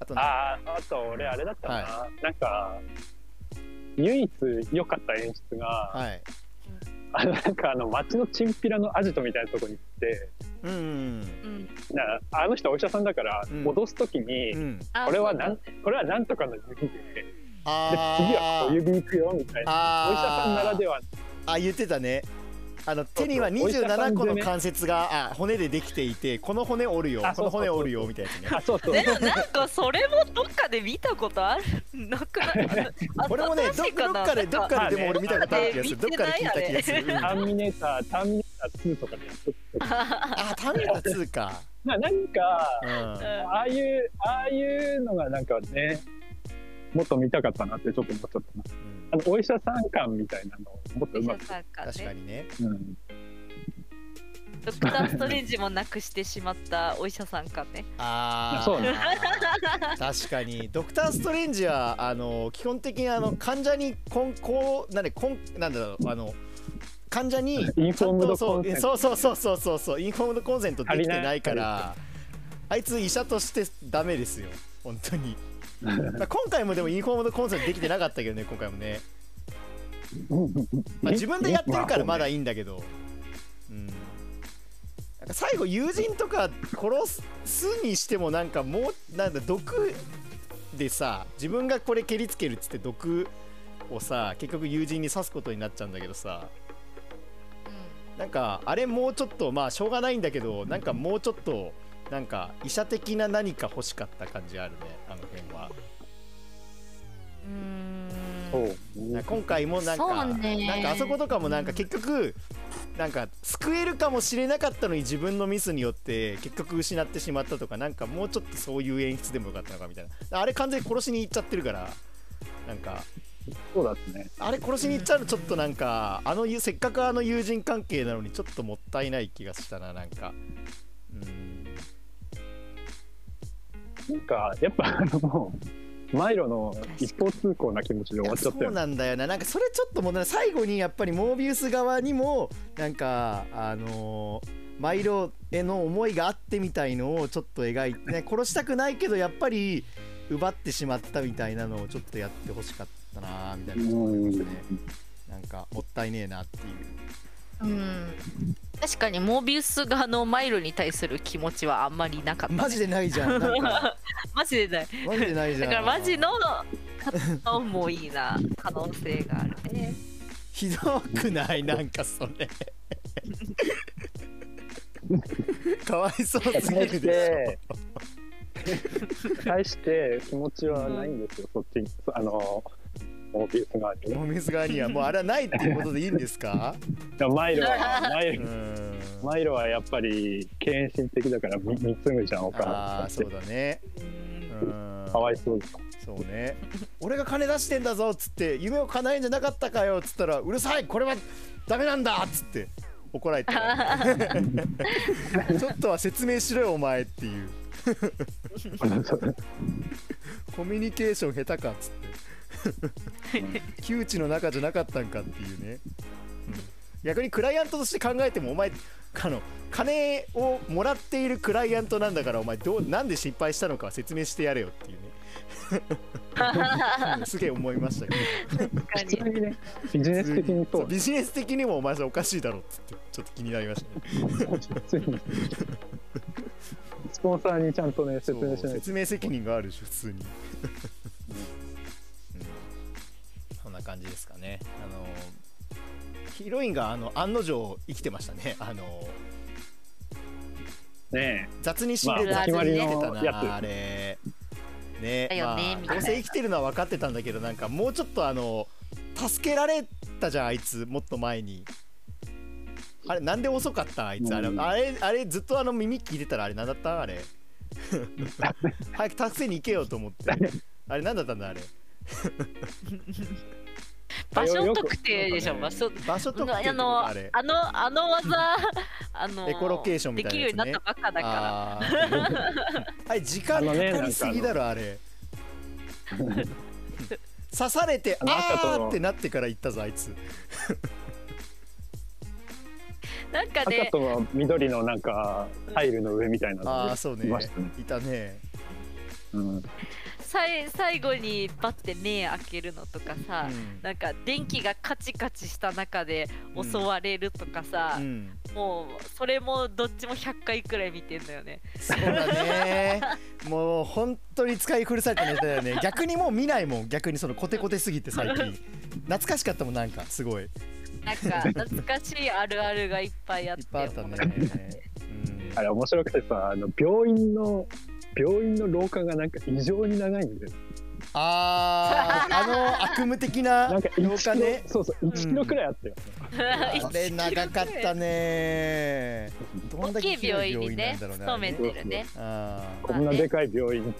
Speaker 1: あとなんか
Speaker 2: あああと俺あれだったな、なんか唯一良かった演出が、
Speaker 1: はい
Speaker 2: あのなんかあの町のチンピラのアジトみたいなとこに行って
Speaker 1: うんうん
Speaker 3: うん
Speaker 2: なあの人はお医者さんだから
Speaker 1: うん
Speaker 2: 戻す時に、
Speaker 1: うん
Speaker 3: あ
Speaker 2: これは
Speaker 3: そうだ
Speaker 2: なんこれはなんとかの指でで次は
Speaker 1: あ
Speaker 2: 小
Speaker 1: ー
Speaker 2: 指行くよみたいなお医者さんなら
Speaker 1: あー
Speaker 2: では
Speaker 1: あ言ってたねあの手には
Speaker 2: そうそうお医者さん
Speaker 1: 27個
Speaker 2: で
Speaker 1: の
Speaker 2: ね
Speaker 1: 関節があ骨でできていてこの骨折るよ
Speaker 2: あ
Speaker 1: この骨
Speaker 2: そうそうそう
Speaker 1: 折るよみたいなやつね
Speaker 2: あそうそう
Speaker 3: (laughs) でもなんかそれもどっかで見たことあるなくない
Speaker 1: (laughs) これもねど
Speaker 3: 新しいか
Speaker 1: ど
Speaker 3: な
Speaker 1: っかで
Speaker 3: な
Speaker 1: ど
Speaker 3: ん
Speaker 1: っかででも俺見たことある気がするど
Speaker 3: ど
Speaker 1: っ
Speaker 3: っ
Speaker 1: かで
Speaker 3: かで
Speaker 1: 聞いた気がするうん
Speaker 2: タ
Speaker 1: あ
Speaker 2: ーミネーターターミネーター2とかでやってた
Speaker 1: ターミネーター2か
Speaker 2: まあなんか
Speaker 1: うん
Speaker 3: うん
Speaker 2: ああいうああいうのがなんかねもっと見たかったなってちょっと思っちゃったな
Speaker 1: うん
Speaker 2: あのお医者さん感みたいなのをもっとうまく、
Speaker 1: 確か
Speaker 3: に
Speaker 1: にね
Speaker 2: うん、
Speaker 3: ドクター・ストレンジもなくしてしまったお医者さんかね。
Speaker 1: あー
Speaker 2: そう
Speaker 1: (laughs)
Speaker 2: ね
Speaker 1: 確かにドクター・ストレンジはあの基本的にあの患者にこんこうなんでこんなんだろうあの患者に
Speaker 2: (laughs) インフォームド
Speaker 1: ちゃんと
Speaker 2: コンセント
Speaker 1: そうそうそうそうそうそうインフォームドコンセントできてないか
Speaker 2: 足
Speaker 1: らあいつ医者としてダメですよ本当
Speaker 2: (laughs)
Speaker 1: にまあ今回もでもインフォームドコンセントできてなかったけどね今回もね、まあ、自分でやってるからまだいいんだけど、うん、なんか最後友人とか殺すにしてもなんかもうなんだ毒でさ自分がこれ蹴りつけるっつって毒をさ結局友人に刺すことになっちゃうんだけどさなんかあれもうちょっとまあしょうがないんだけどなんかもうちょっとなんか医者的な何か欲しかった感じあるねあの辺は
Speaker 3: うん
Speaker 2: そうう
Speaker 1: なんか今回もなんか
Speaker 3: そうね
Speaker 1: なんかあそことかもなんか結局なんか救えるかもしれなかったのに自分のミスによって結局失ってしまったとかなんかもうちょっとそういう演出でもよかったのかみたいなあれ完全に殺しに行っちゃってるからなんか
Speaker 2: そうだったね
Speaker 1: あれ殺しに行っちゃうのちょっとなんかあのせっかくあの友人関係なのにちょっともったいない気がしたななんかうん
Speaker 2: なんかやっぱあのマイロの一方通行な気持ちで終わっちゃった
Speaker 1: そ
Speaker 2: よ
Speaker 1: う
Speaker 2: ね
Speaker 1: なんだよななんかそれちょっともう最後にやっぱりモービウス側にもなんかあのーマイロへの思いがあってみたいのをちょっと描いて、ね、殺したくないけどやっぱり奪ってしまったみたいなのをちょっとやってほしかったなみたいなこと思いますねなんかもったいねえなっていうん
Speaker 3: 確かにモービウス側のマイロに対する気持ちはあんまりなかった、
Speaker 5: マジでないじゃんなんか
Speaker 3: (laughs) マジでない
Speaker 5: マジでないじ
Speaker 3: だ
Speaker 5: ゃん
Speaker 3: からマジののもいいな可能性があるね
Speaker 1: ひどくないなんかそれかわいそうすぎ
Speaker 2: 対
Speaker 1: る
Speaker 2: し
Speaker 1: でしょ
Speaker 2: て対して気持ちはないんですよ、そっちにあのモービウス側にね
Speaker 1: モービウス側にはもうあれはないっていうことでいいんですか
Speaker 2: いやマイロはマイ
Speaker 1: う
Speaker 2: ロ
Speaker 1: ん
Speaker 2: マイロはやっぱり献身的だからみ貢ぐじゃんお
Speaker 1: ああ
Speaker 2: 金
Speaker 1: そうだねうん
Speaker 2: かわいそうです
Speaker 1: そうね俺が金出してんだぞっつって夢を叶えんじゃなかったかよっつったらうるさいこれはダメなんだっつって怒
Speaker 2: (laughs)
Speaker 1: られてちょっとは説明しろよお前っていうコミュニケーション下手かっつって窮地の中じゃなかったんかっていうね、逆にクライアントとして考えてもお前あの金をもらっているクライアントなんだからお前どうなんで失敗したのか説明してやれよっていうねすげえ思いましたけど
Speaker 3: 確か
Speaker 2: 普
Speaker 3: に
Speaker 2: 通にねビジネス的にそう
Speaker 1: ビジネス的にもお前さおかしいだろっつってちょっと気になりましたね
Speaker 2: ついにスポンサーにちゃんとね説明し
Speaker 1: そう
Speaker 2: ない
Speaker 1: 説明責任があるし普通に、 (laughs) うんそんな感じですかねあのヒロインがあの案の定生きてましたねあの
Speaker 2: とね
Speaker 1: 雑に死んでる
Speaker 3: まあ
Speaker 1: 雑に生きてた
Speaker 2: お決まりのやつ
Speaker 1: なあれね
Speaker 3: だ
Speaker 1: ま
Speaker 3: よねみ
Speaker 1: あ
Speaker 3: たいな
Speaker 1: どうせ生きてるのは分かってたんだけどなんかもうちょっとあの助けられたじゃんあいつもっと前にあれなんで遅かったあいつあれ
Speaker 2: うん
Speaker 1: あれあれずっとあの耳聞いてたらあれ何だったあれ (laughs) 早く助けに行けよと思ってあれ何だったんだあれ
Speaker 3: 場所特定でしょ場所
Speaker 1: 場所
Speaker 3: あ
Speaker 1: 特
Speaker 3: の
Speaker 1: 定ってこ
Speaker 3: あ
Speaker 1: とか
Speaker 3: の
Speaker 1: あれ
Speaker 3: あのあの技あの
Speaker 1: エコロケーションみたいなやつね
Speaker 3: できるようになったばっかだから
Speaker 1: あーあれ時間かかりすぎだろあれ刺されて
Speaker 2: あの赤と
Speaker 1: あーってなってから行ったぞあいつ
Speaker 3: なんか
Speaker 2: 赤
Speaker 3: ね
Speaker 2: と緑のなんかタイルの上みたいなの
Speaker 1: ああそうね
Speaker 2: いましたね
Speaker 1: いたね
Speaker 2: うん
Speaker 3: さい最後にバッて目開けるのとかさ、
Speaker 1: うん
Speaker 3: なんか電気がカチカチした中で
Speaker 1: うん
Speaker 3: 襲われるとかさ、
Speaker 1: うん
Speaker 3: もうそれもどっちも100回くらい見てんだよね
Speaker 1: そうだねもう本当に使い古されたネタだよね逆にもう見ないもん逆にそのコテコテすぎて最近懐かしかったもんなんかすごいいっ
Speaker 3: なんか懐かしいあるあるがいっぱいあって
Speaker 1: ぱいあったね
Speaker 3: 面白い
Speaker 1: うん
Speaker 2: あれ面白くてさあの病院の病院の廊下がなんか異常に長いんだよ
Speaker 1: あーあの悪夢的な
Speaker 2: なんか
Speaker 1: 廊
Speaker 2: 1
Speaker 1: 下
Speaker 2: キロ、
Speaker 1: ね
Speaker 2: そうそう1キロくらいあったよ、
Speaker 1: あれ長かったねどんだ
Speaker 3: (laughs)
Speaker 1: け
Speaker 3: 大きい
Speaker 1: 広
Speaker 3: 病
Speaker 1: い
Speaker 3: 院
Speaker 1: 病院
Speaker 3: に
Speaker 1: なん
Speaker 3: ね
Speaker 1: だろうね
Speaker 3: 勤めてるね
Speaker 1: あ
Speaker 2: こんなでかい病院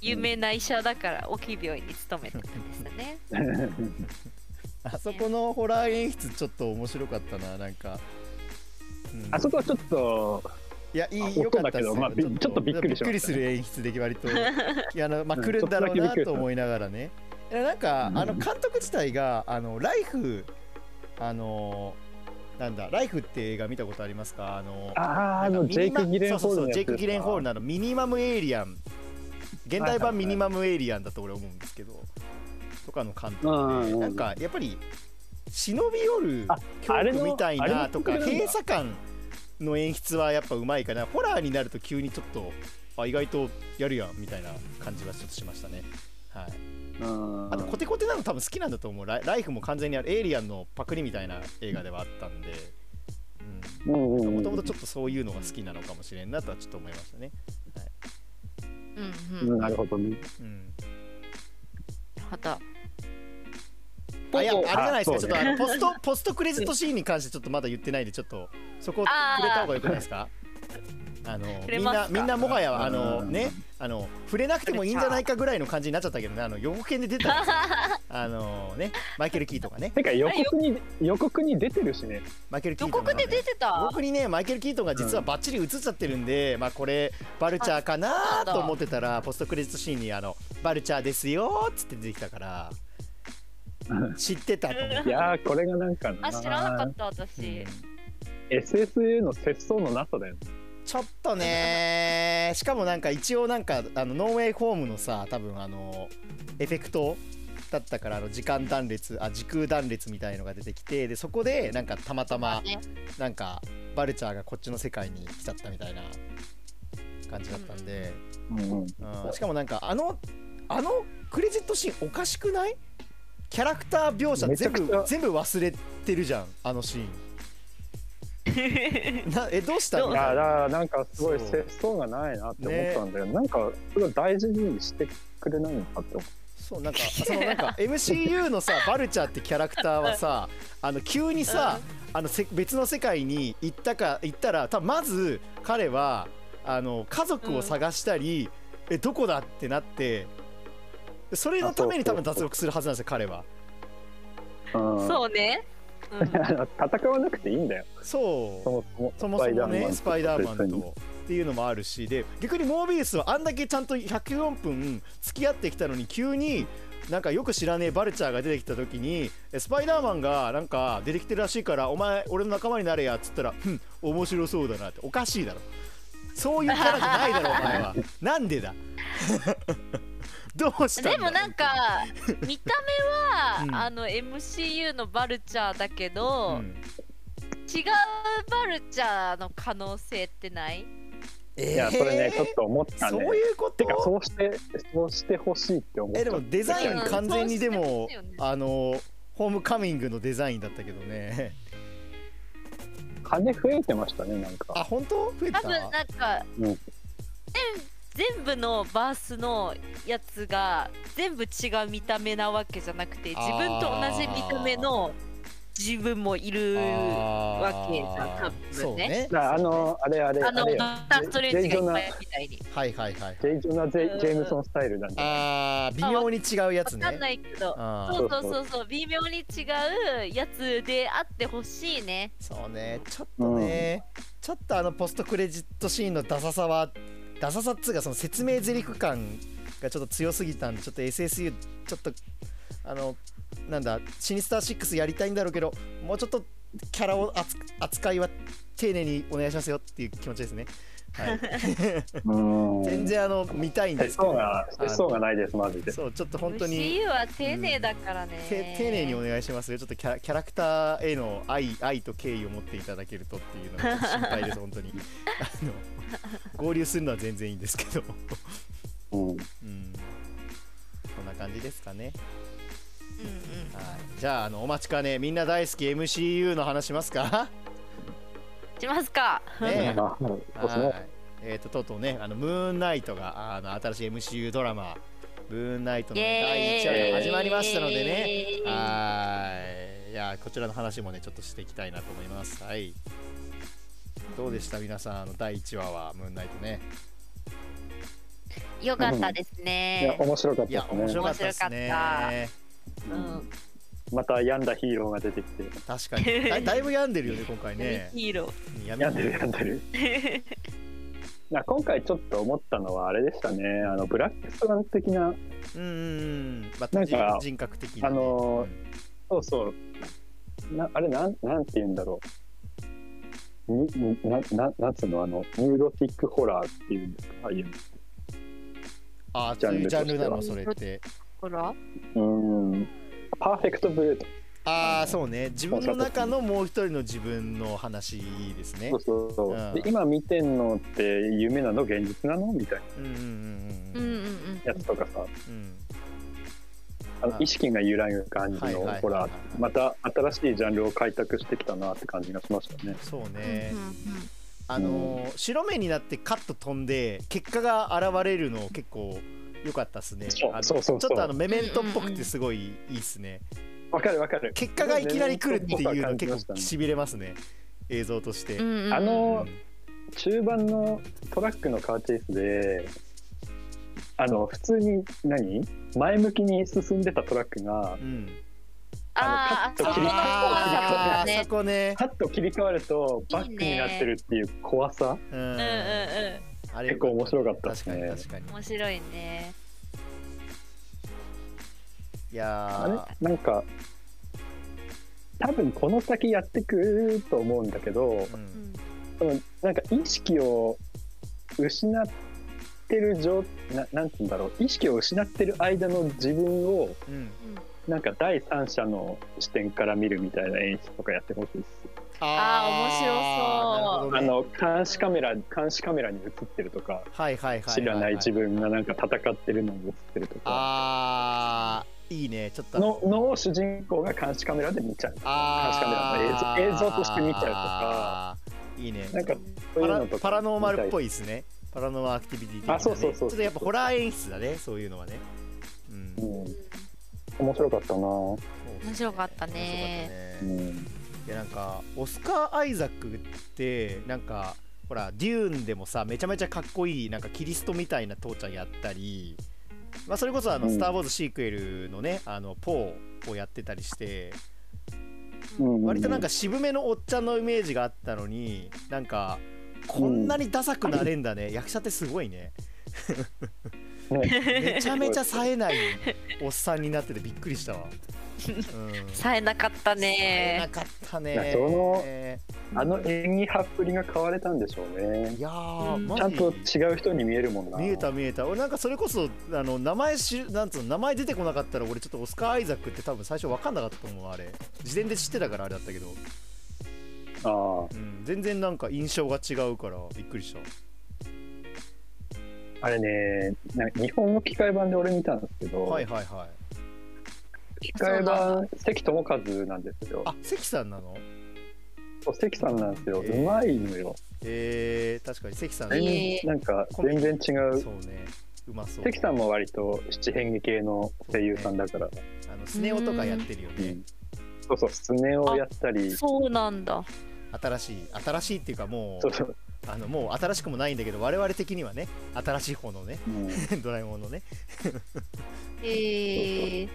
Speaker 3: 有名な医者だから大きい病院に勤めてるんですね
Speaker 1: ーあそこのホラー演出ちょっと面白かったななんか、うん
Speaker 2: あそこはちょっと
Speaker 1: いやい
Speaker 2: あ
Speaker 1: い良かったですよ
Speaker 2: 音だけどまあびちょっとびっくりしました
Speaker 1: びっく
Speaker 2: ね
Speaker 1: りする演出で割
Speaker 2: (laughs)
Speaker 1: といやあのまあ
Speaker 2: うん
Speaker 1: 来るんだろう
Speaker 2: ちょっとだけびっ
Speaker 1: な
Speaker 2: くりし
Speaker 1: と
Speaker 2: た
Speaker 1: 思いながらねいやなんか
Speaker 2: うん
Speaker 1: あの監督自体があのライフあのなんだ「ライフって映画見たことありますかあの
Speaker 2: ああ、あ
Speaker 1: なん
Speaker 2: の、
Speaker 1: か
Speaker 2: ジェイク・ギ
Speaker 1: ミニマ
Speaker 2: レンホール
Speaker 1: そうそうそ
Speaker 2: の
Speaker 1: う
Speaker 2: やつ
Speaker 1: ジェ
Speaker 2: で
Speaker 1: イ
Speaker 2: すか。
Speaker 1: ク・ギレンホールのあのミニマム・エイリアン現代
Speaker 2: はいはいは
Speaker 1: 版
Speaker 2: い
Speaker 1: ミニマム・エイリアンだと俺思うんですけど、とかの監
Speaker 2: うんう
Speaker 1: 督
Speaker 2: ん
Speaker 1: で、
Speaker 2: うん
Speaker 1: なんかやっぱり忍び寄る
Speaker 2: ああれ
Speaker 1: 恐怖み
Speaker 2: の
Speaker 1: たい
Speaker 2: あれ
Speaker 1: な
Speaker 2: の
Speaker 1: とか
Speaker 2: 監督なんだ
Speaker 1: 閉鎖感の演出はやっぱうまいかなホラーになると急にちょっとあ意外とやるやんみたいな感じはちょっとしましたね。はい、
Speaker 2: うん
Speaker 1: あとコテコテなの多分好きなんだと思うライライフも完全にあるエイリアンのパクリみたいな映画ではあったんで。うん
Speaker 2: うんうんうん
Speaker 1: もともとちょっとそういうのが好きなのかもしれんなとはちょっと思いましたね。
Speaker 3: うん
Speaker 2: う
Speaker 3: うんん。
Speaker 2: なるほどね。
Speaker 1: うん、
Speaker 3: また。
Speaker 1: あいやあれじゃないですか、
Speaker 2: あ
Speaker 1: ちょっと
Speaker 2: そうね
Speaker 1: あのポスト (laughs) ポストクレジットシーンに関してちょっとまだ言ってないんで、ちょっとそこ触れた方がよくないですかあの
Speaker 3: 触
Speaker 1: み
Speaker 3: れ
Speaker 1: ん
Speaker 3: ます
Speaker 1: な
Speaker 3: か
Speaker 1: みんなもはやあ
Speaker 2: う
Speaker 1: の、
Speaker 2: ん
Speaker 1: ね、あの触れなくてもいいんじゃないかぐらいの感じになっちゃったけどね、あの予告編で出たんですよあの、ね、マイケル・キートがね、
Speaker 2: てか予告に予告に出てるしね。
Speaker 1: マイケル・キー
Speaker 3: 予
Speaker 1: トンが
Speaker 3: 告
Speaker 1: ね
Speaker 3: で出てた
Speaker 1: 僕にねマイケル・キートンが実はバッチリ映っちゃってるんで、まあこれバルチャーかなと思ってたらポストクレジットシーンにあの「バルチャーですよ」っつって出てきたから知ってたと思う
Speaker 2: いやーこれがなんかな。
Speaker 3: あ、知らなかった私。
Speaker 2: SSU の節操のなさだよね。
Speaker 1: ちょっと
Speaker 2: (laughs)
Speaker 1: ねしかもなんか一応なんかあのノーウェイホームのさ多分あのエフェクトだったからあの時間断裂あ時空断裂みたいのが出てきてでそこでなんかたまた
Speaker 3: (laughs)
Speaker 1: ま
Speaker 3: ね
Speaker 1: なんかバルチャーがこっちの世界に来ちゃったみたいな感じだったんで。
Speaker 2: うん
Speaker 1: うんしかもなんかあのあのクレジットシーンおかしくないキャラクター描写
Speaker 2: めち
Speaker 1: 全
Speaker 2: ゃくちゃ
Speaker 1: 部全部忘れてるじゃんあのシーンなえどうしたの
Speaker 2: いやだからなんかすごい
Speaker 1: そう
Speaker 2: 節操がないなって思ったんだよ、なんかそれを大事にしてくれないのかって思っ
Speaker 1: そうなんかそのなんか MCU のさバルチャーってキャラクターはさあの急にさ、あのせ別の世界に行ったか行ったら多分まず彼はあの家族を探したり、えどこだってなってそれのために多分脱獄するはずなんですよ彼は。
Speaker 2: た、う
Speaker 3: (laughs)
Speaker 2: ん
Speaker 3: そうね。うん
Speaker 2: (laughs) 戦わなくていいんだよ
Speaker 1: そう
Speaker 2: そもそも
Speaker 1: そもそもねス
Speaker 2: ス
Speaker 1: パ
Speaker 2: パ
Speaker 1: イ
Speaker 2: イ
Speaker 1: ダー
Speaker 2: ダー
Speaker 1: マ
Speaker 2: マ
Speaker 1: ン
Speaker 2: ン
Speaker 1: と
Speaker 2: と
Speaker 1: っていうのもあるしで逆にモービウスはあんだけちゃんと104分付き合ってきたのに急になんかよく知らねえバルチャーが出てきた時にえスパイダーマンがなんか出てきてるらしいからお前俺の仲間になれやっつったら「うん面白そうだな」っておかしいだろそういうキャラじゃないだろお前はなんで
Speaker 2: (laughs)
Speaker 1: だどうしたんだ
Speaker 3: でもなんか見た目は、
Speaker 1: うん
Speaker 3: あの MCU のバルチャーだけ
Speaker 1: う
Speaker 3: ど、
Speaker 1: ん
Speaker 3: 違うバルチャーの可能性ってない
Speaker 2: いやそれね、
Speaker 1: えー
Speaker 2: ちょっと思ったね
Speaker 1: そういうこと
Speaker 2: てかそうしてそうしてほしいって思った
Speaker 1: えでもデザイン
Speaker 3: うん
Speaker 1: 完全にでも、
Speaker 3: そうしてますよね
Speaker 1: あのホームカミングのデザインだったけどね
Speaker 2: 金増えてましたねなんか
Speaker 1: あ本当増えて
Speaker 3: 多
Speaker 1: た
Speaker 3: 分なんか、
Speaker 2: うん
Speaker 3: 全全部のバースのやつが全部違う見た目なわけじゃなくて自分と同じ見た目の自分もいるわけじゃん多
Speaker 1: あーそう
Speaker 3: 分ね。
Speaker 1: ね
Speaker 2: だからあのあれあれ
Speaker 3: あ
Speaker 2: あ
Speaker 3: の
Speaker 2: れよ
Speaker 3: ダクターストレンジがいっぱいみたいに。
Speaker 1: はいはいはい
Speaker 2: ジェイジョナ・ジェイジェームソンスタイルなんで
Speaker 1: あー微妙に違うや
Speaker 3: わ
Speaker 1: つ
Speaker 3: かんな
Speaker 1: ね
Speaker 3: いけど。
Speaker 1: あー
Speaker 3: そうそうそうそう微妙に違うやつであってほしいね。
Speaker 1: そうねちょっとね、ちょっとあのポストクレジットシーンのダサさはダサさっつうかその説明ゼリフ感がちょっと強すぎたんでちょっと SSU ちょっとあのなんだシニスター6やりたいんだろうけどもうちょっとキャラを扱扱いは丁寧にお願いしますよっていう気持ちですね、
Speaker 2: (laughs)
Speaker 1: はい、
Speaker 2: うん
Speaker 1: 全然あの見たいんで
Speaker 2: 節
Speaker 1: すけど
Speaker 2: 操が節操がないですマジで
Speaker 1: そうちょっと本当に
Speaker 3: CU は丁寧だからね。
Speaker 1: て丁寧にお願いしますよちょっとキャラキャラクターへの愛愛と敬意を持っていただけるとっていうのがちょっと心配です本当にあの合流するのは全然いいんですけど、
Speaker 2: うん
Speaker 1: うん、こんな感じですかね、
Speaker 3: うんうん。
Speaker 1: はい、じゃああのお待ちかねみんな大好き MCU の話しますか
Speaker 3: しますか。
Speaker 1: ねえ
Speaker 2: あそうです
Speaker 1: は
Speaker 2: ね
Speaker 1: いえー、ととうとうねあのムーンナイトがあの新しい MCU ドラマムーンナイトの第1
Speaker 3: イ
Speaker 1: 話
Speaker 3: エー
Speaker 1: が
Speaker 3: イ
Speaker 1: 始まりましたのでね
Speaker 3: イエーイ
Speaker 1: はい。いや、こちらの話もね、ちょっとしていきたいなと思います。はい。どうでした、皆さん、あの第1話は、ムーンナイトね。
Speaker 3: よかったです
Speaker 2: いや
Speaker 3: ね。
Speaker 2: 面白かっ
Speaker 1: い
Speaker 2: た
Speaker 1: や、
Speaker 2: で
Speaker 1: 面
Speaker 2: すね
Speaker 1: 白かったです
Speaker 3: 面
Speaker 1: ね。
Speaker 3: う
Speaker 2: うん
Speaker 3: ん。
Speaker 2: また病んだヒーローが出てきて
Speaker 1: 確かにだ。だいぶ病んでるよね、今回ね。
Speaker 3: (laughs) ヒーロ
Speaker 1: 闇
Speaker 2: 病んでる病ん
Speaker 1: (laughs)
Speaker 2: でる
Speaker 3: ー。
Speaker 2: な今回ちょっと思ったのはあれでしたねあのブラックスワン的な
Speaker 1: うんうんうん。ま
Speaker 2: な
Speaker 1: た
Speaker 2: んか
Speaker 1: 人人格的なね。
Speaker 2: あ
Speaker 1: う
Speaker 2: のー
Speaker 1: ん
Speaker 2: そうそうなあれなんなんて言うんだろうにになななんつうのあのニューロティックホラーっていうんですかああいう
Speaker 1: あ
Speaker 2: ジ
Speaker 1: そ
Speaker 2: ャ
Speaker 1: う
Speaker 2: ン
Speaker 1: いうジャンル
Speaker 2: ルとしては
Speaker 1: なのそれって
Speaker 3: ほら
Speaker 2: のうんパーフェクトブルーとか
Speaker 1: ああそうね自分の中のもう一人の自分の話ですね
Speaker 2: そうそうそ
Speaker 1: う
Speaker 2: う、
Speaker 1: ん
Speaker 2: で今見てんのって夢なの現実なのみたい
Speaker 1: うんうんうんう
Speaker 3: う
Speaker 1: う
Speaker 3: んん
Speaker 1: ん
Speaker 3: うんうん
Speaker 2: なやつとかさ
Speaker 1: うん
Speaker 2: あ
Speaker 1: あ
Speaker 2: の意識が揺らぐ感じ
Speaker 1: はいはいはいは
Speaker 2: の
Speaker 1: い
Speaker 2: ホラーまた新しいジャンルを開拓してきたなって感じがしましたね
Speaker 1: そう
Speaker 3: うん
Speaker 1: ね
Speaker 3: うんうん
Speaker 1: あのー白目になってカッと飛んで結果が現れるの結構良かったっすね
Speaker 2: そう
Speaker 1: あの
Speaker 2: そうそう
Speaker 1: ち
Speaker 2: そう
Speaker 1: ょっとあのメメントっぽくてすごいいいっすね
Speaker 2: わかるわかる
Speaker 1: 結果がいきなり来るっていうの
Speaker 2: 感じま
Speaker 1: 結
Speaker 2: し
Speaker 1: 構
Speaker 2: たね
Speaker 1: しびれますね映像として、
Speaker 3: うんうんうん
Speaker 2: あ
Speaker 1: う
Speaker 2: の
Speaker 1: ん
Speaker 2: 中盤のトラックのカーチェイスであの普通に何前向きに進んでたトラックが
Speaker 1: うん
Speaker 3: あーあ
Speaker 2: カ
Speaker 3: そ
Speaker 2: ッ
Speaker 3: こ
Speaker 2: ト切り
Speaker 3: の怖さ
Speaker 1: あ
Speaker 3: だ
Speaker 1: ー
Speaker 3: ね
Speaker 1: そこね、
Speaker 2: パッと切り替わるとバックになってるっていう怖さ
Speaker 1: うん
Speaker 3: うんうんう
Speaker 1: あれ
Speaker 2: 結構面白かったっ
Speaker 1: 確
Speaker 2: す
Speaker 1: か
Speaker 2: ね
Speaker 1: に確かに
Speaker 3: ん面白いね
Speaker 1: い
Speaker 2: あ
Speaker 1: や
Speaker 2: れなんか多分この先やってくると思うんだけど
Speaker 1: ー、う
Speaker 3: うんん
Speaker 2: そのなんか意識を失ってる状ななんて言うんだろう意識を失ってる間の自分を
Speaker 1: うん、
Speaker 2: なんか第三者の視点から見るみたいな演出とかやってほしいです。
Speaker 1: あー
Speaker 3: あー面白そう
Speaker 1: な
Speaker 2: あ
Speaker 1: るほどね
Speaker 2: の監視カメラ監視カメラに映ってるとか、
Speaker 1: はいはいはいはは
Speaker 2: 知らない自分がなんか戦ってるのに映ってるとか
Speaker 1: あーいいねちょっと
Speaker 2: ののを主人公が監視カメラで見ちゃう
Speaker 1: あー
Speaker 2: 監視カメラの映像映像として見ちゃうとか
Speaker 1: いいね
Speaker 2: なんかそう
Speaker 1: パ
Speaker 2: いう
Speaker 1: ラ
Speaker 2: のとか
Speaker 1: パラノーマルっぽ
Speaker 2: い
Speaker 1: いですねパラノーマルアクティビティ的な、ね、
Speaker 2: あそうそうそう
Speaker 1: ちょっとやっぱホラー演出だねそういうのはねうん
Speaker 2: うん、面白かったな、う
Speaker 3: 面白かったね
Speaker 1: 面白かったね
Speaker 2: ん、
Speaker 1: いやなんかオスカー・アイザックってなんかほらデューンでもさめちゃめちゃかっこいいなんかキリストみたいな父ちゃんやったり、まあ、それこそあの、
Speaker 2: うん
Speaker 1: スター・ウォーズ」シークエルのねあのポーをやってたりして
Speaker 2: うん
Speaker 1: 割となんか渋めのおっちゃんのイメージがあったのになんかこんなにダサくなれんだね、役者ってすごいねめちゃめちゃ冴えないおっさんになっててびっくりしたわ、うん
Speaker 3: 冴えなかった
Speaker 1: 冴えな
Speaker 3: ね
Speaker 1: かった
Speaker 2: いや
Speaker 1: ね
Speaker 2: そのあの演技派っぷりが買われたんでしょうね
Speaker 1: いやー、
Speaker 3: うん
Speaker 1: マ
Speaker 2: ち
Speaker 1: ジ
Speaker 2: ゃんと違う人に見えるもんな
Speaker 1: 見えた見えた俺なんかそれこそあの名前知るなんつうの名前出てこなかったら俺ちょっとオスカー・アイザックって多分最初分かんなかったと思うあれ事前で知ってたからあれだったけど、
Speaker 2: あー
Speaker 1: うん、全然なんか印象が違うからびっくりした
Speaker 2: あれねなんか日本の吹き替え版で俺見たんですけど、
Speaker 1: はいはいはい
Speaker 2: 吹き替え版関智一なんですよ
Speaker 1: あ関さんなの
Speaker 2: そう関さんなんですよ、
Speaker 1: えー
Speaker 2: うまいのよ
Speaker 1: えー、確かに関さん、
Speaker 3: えー
Speaker 2: なんか全然違う
Speaker 1: そうねうまそう
Speaker 2: 関さんも割と七変化系の声優さんだから
Speaker 1: あのスネ夫とかやってるよ
Speaker 2: う
Speaker 1: ね
Speaker 2: んそうそうスネをやったりそ
Speaker 3: そうなんだ
Speaker 1: 新しい新しいっていうかもう
Speaker 2: うそう、
Speaker 1: あのもう新しくもないんだけど我々的にはね新しい方のね (laughs)
Speaker 2: うん、
Speaker 1: ドラえもんのね
Speaker 3: えー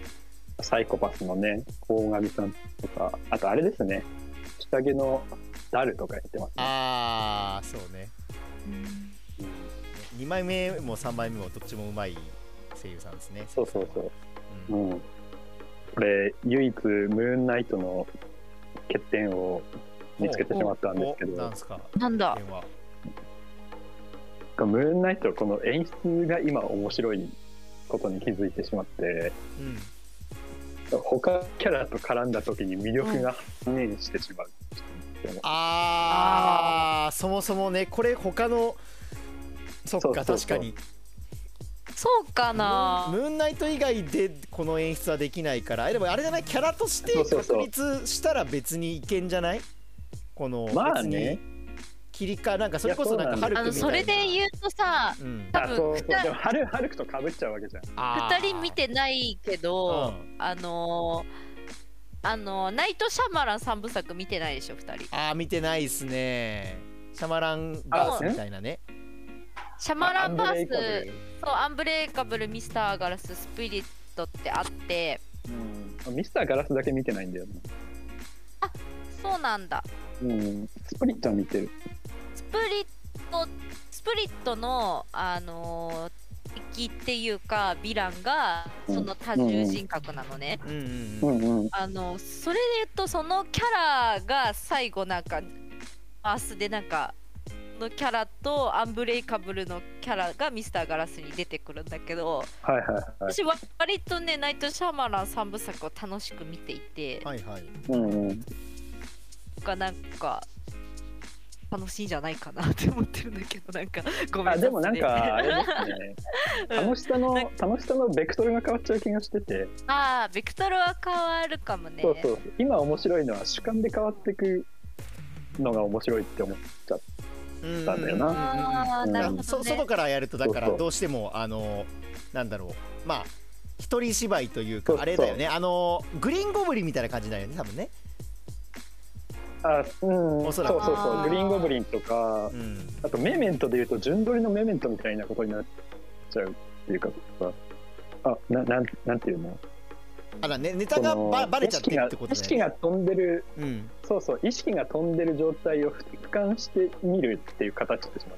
Speaker 2: サイコパスのね大神さんとかあとあれですね下着のダルとかやってますね
Speaker 1: ああそうね
Speaker 3: うん
Speaker 2: うん
Speaker 1: 2枚目も3枚目もどっちもうまい声優さんですね。
Speaker 2: そうそうそう
Speaker 1: う、
Speaker 2: うんん、これ唯一ムーンナイトの欠点を見つけてしまったんですけ
Speaker 1: おお
Speaker 2: ど
Speaker 1: なんすか
Speaker 3: なんだ
Speaker 1: 電話
Speaker 2: ムーンナイトはこの演出が今面白いことに気づいてしまって
Speaker 1: うん。
Speaker 2: 他キャラと絡んだ時に魅力が発現してしまう、
Speaker 1: ああそもそもね、これ他の。そっ
Speaker 2: そうそ
Speaker 1: か、
Speaker 2: うそう
Speaker 1: 確かに。
Speaker 3: そうかな
Speaker 1: ムーンナイト以外でこの演出はできないから、あれでもあれじゃない、キャラとして
Speaker 2: そうそうそう
Speaker 1: 確立したら別にいけんじゃないこの、
Speaker 2: まあね。
Speaker 1: 切り替え、なんかそれこそなんかハル
Speaker 3: あ
Speaker 1: クみたいな。
Speaker 3: のそれで言うとさ
Speaker 1: うん、
Speaker 3: 多
Speaker 2: あそう
Speaker 3: 分
Speaker 2: そうでもハルハルクと被っちゃうわけじゃん
Speaker 1: あー
Speaker 3: 2人見てないけど、
Speaker 1: う
Speaker 3: あのー、あのーナイト・シャマラン三部作見てないでしょ2人
Speaker 1: あー、見てないですね。シャマランバースみたいなね。
Speaker 3: シャマランバース
Speaker 2: あアンブレイカ
Speaker 3: そうアンブレイカブルミスターガラススピリットってあって
Speaker 2: ブルうんミスターガラスだけ見てないんだよね、
Speaker 3: そうなんだ
Speaker 2: うん、スプリットは見てる
Speaker 3: スプリットスプリットのあのー敵っていうかヴィランが
Speaker 2: うん
Speaker 3: その多重人格なのね、
Speaker 1: うんうんう
Speaker 2: う
Speaker 1: ん。
Speaker 2: んうん
Speaker 3: あのそれで言うとそのキャラが最後なんかアースでなんかのキャラとアンブレイカブルのキャラがミスターガラスに出てくるんだけど、
Speaker 2: はいはいはい。
Speaker 3: 私は割とねナイト・シャマラン三部作を楽しく見ていて、
Speaker 6: はいはい
Speaker 2: うんうん。
Speaker 3: がなんか楽しいんじゃないかなって思ってるんだけどなんかごめんな
Speaker 2: あ
Speaker 3: さい
Speaker 2: でもなんかあれですね。
Speaker 3: (laughs) うん
Speaker 2: 楽しさの楽しさのベクトルが変わっちゃう気がしてて、
Speaker 3: あーベクトルは変わるかもね
Speaker 2: そうそう今面白いのは主観で変わってくのが面白いって思う。
Speaker 1: うん
Speaker 2: だよな
Speaker 3: あー
Speaker 2: うん
Speaker 3: なるほど、ね、
Speaker 1: そ外からやるとだか
Speaker 2: そう
Speaker 1: ら
Speaker 2: そう
Speaker 1: どうしてもあのなんだろうまあ一人芝居というか
Speaker 2: そうそう
Speaker 1: あれだよねあのグリーンゴブリンみたいな感じだよね多分ね
Speaker 2: あ、うん。そ
Speaker 1: お
Speaker 2: う
Speaker 1: そ
Speaker 2: そ
Speaker 1: うらく
Speaker 2: そ
Speaker 3: あ
Speaker 2: う。
Speaker 3: ー
Speaker 2: グリーンゴブリンとか
Speaker 1: う、ん
Speaker 2: あとメメントで言うと順取りのメメントみたいなことになっちゃうっていうかさ。あ、ななんなんていうの。
Speaker 1: あらねネタが
Speaker 2: その
Speaker 1: ばバレちゃってるってこと
Speaker 2: 意
Speaker 1: だ
Speaker 2: 識
Speaker 1: よね
Speaker 2: が意識が飛んでる
Speaker 1: うん
Speaker 2: そうそう意識が飛んでる状態を俯瞰してみるっていう形でしま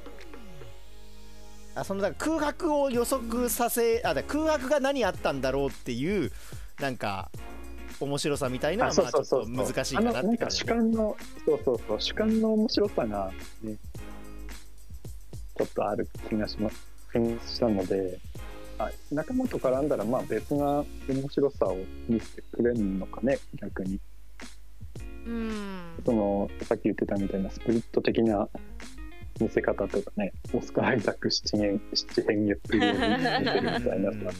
Speaker 1: あそのだから空白を予測させあだから空白が何あったんだろうっていうなんか面白さみたいなのはまあちょっと難しいかな
Speaker 2: あ
Speaker 1: っ
Speaker 2: のな
Speaker 1: て
Speaker 2: ん
Speaker 1: 感
Speaker 2: か
Speaker 1: じ
Speaker 2: 主
Speaker 1: だね
Speaker 2: 観のそうそうそう主観の面白さが、ね、ちょっとある気がします気がしたのであ仲間と絡んだらまあ別な面白さを見せてくれるのかね逆に
Speaker 3: うん
Speaker 2: そのさっき言ってたみたいなスプリット的な見せ方とかねオスカー・アイザック七変七変月っていうのを見せてるみたいなさ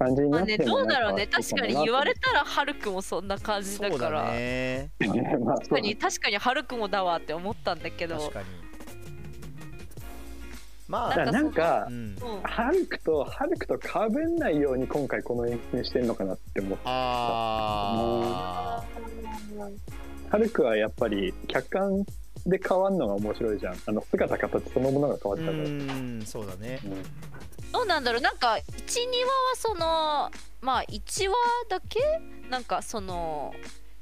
Speaker 2: 感じに
Speaker 3: ま
Speaker 2: な
Speaker 3: あ
Speaker 2: って
Speaker 3: ね、
Speaker 2: も
Speaker 3: どうだろう
Speaker 2: な
Speaker 3: ね
Speaker 2: んいい
Speaker 3: 確か
Speaker 2: な
Speaker 3: に言われたらハルクもそんな感じだ
Speaker 1: そう
Speaker 3: から
Speaker 1: だね
Speaker 2: と思
Speaker 3: (laughs)
Speaker 2: ってまあ
Speaker 3: 確
Speaker 2: そ
Speaker 3: か
Speaker 2: う
Speaker 3: に確かにハルクもだわって思ったんだけ
Speaker 1: 確
Speaker 3: ど
Speaker 1: かにま
Speaker 2: だ
Speaker 1: あ
Speaker 2: からなんか
Speaker 1: うん
Speaker 3: うん
Speaker 2: ハルクとハルクと被んないように今回この演出にしてんのかなって思う
Speaker 1: あ
Speaker 2: ハルクはやっぱり客観で変わんのが面白いじゃんあの姿形そのものが変わっ
Speaker 1: ー
Speaker 2: たから、
Speaker 1: うんそうだね
Speaker 2: うん
Speaker 3: どうなんだろうなんか12話はそのまあ1話だけなんかその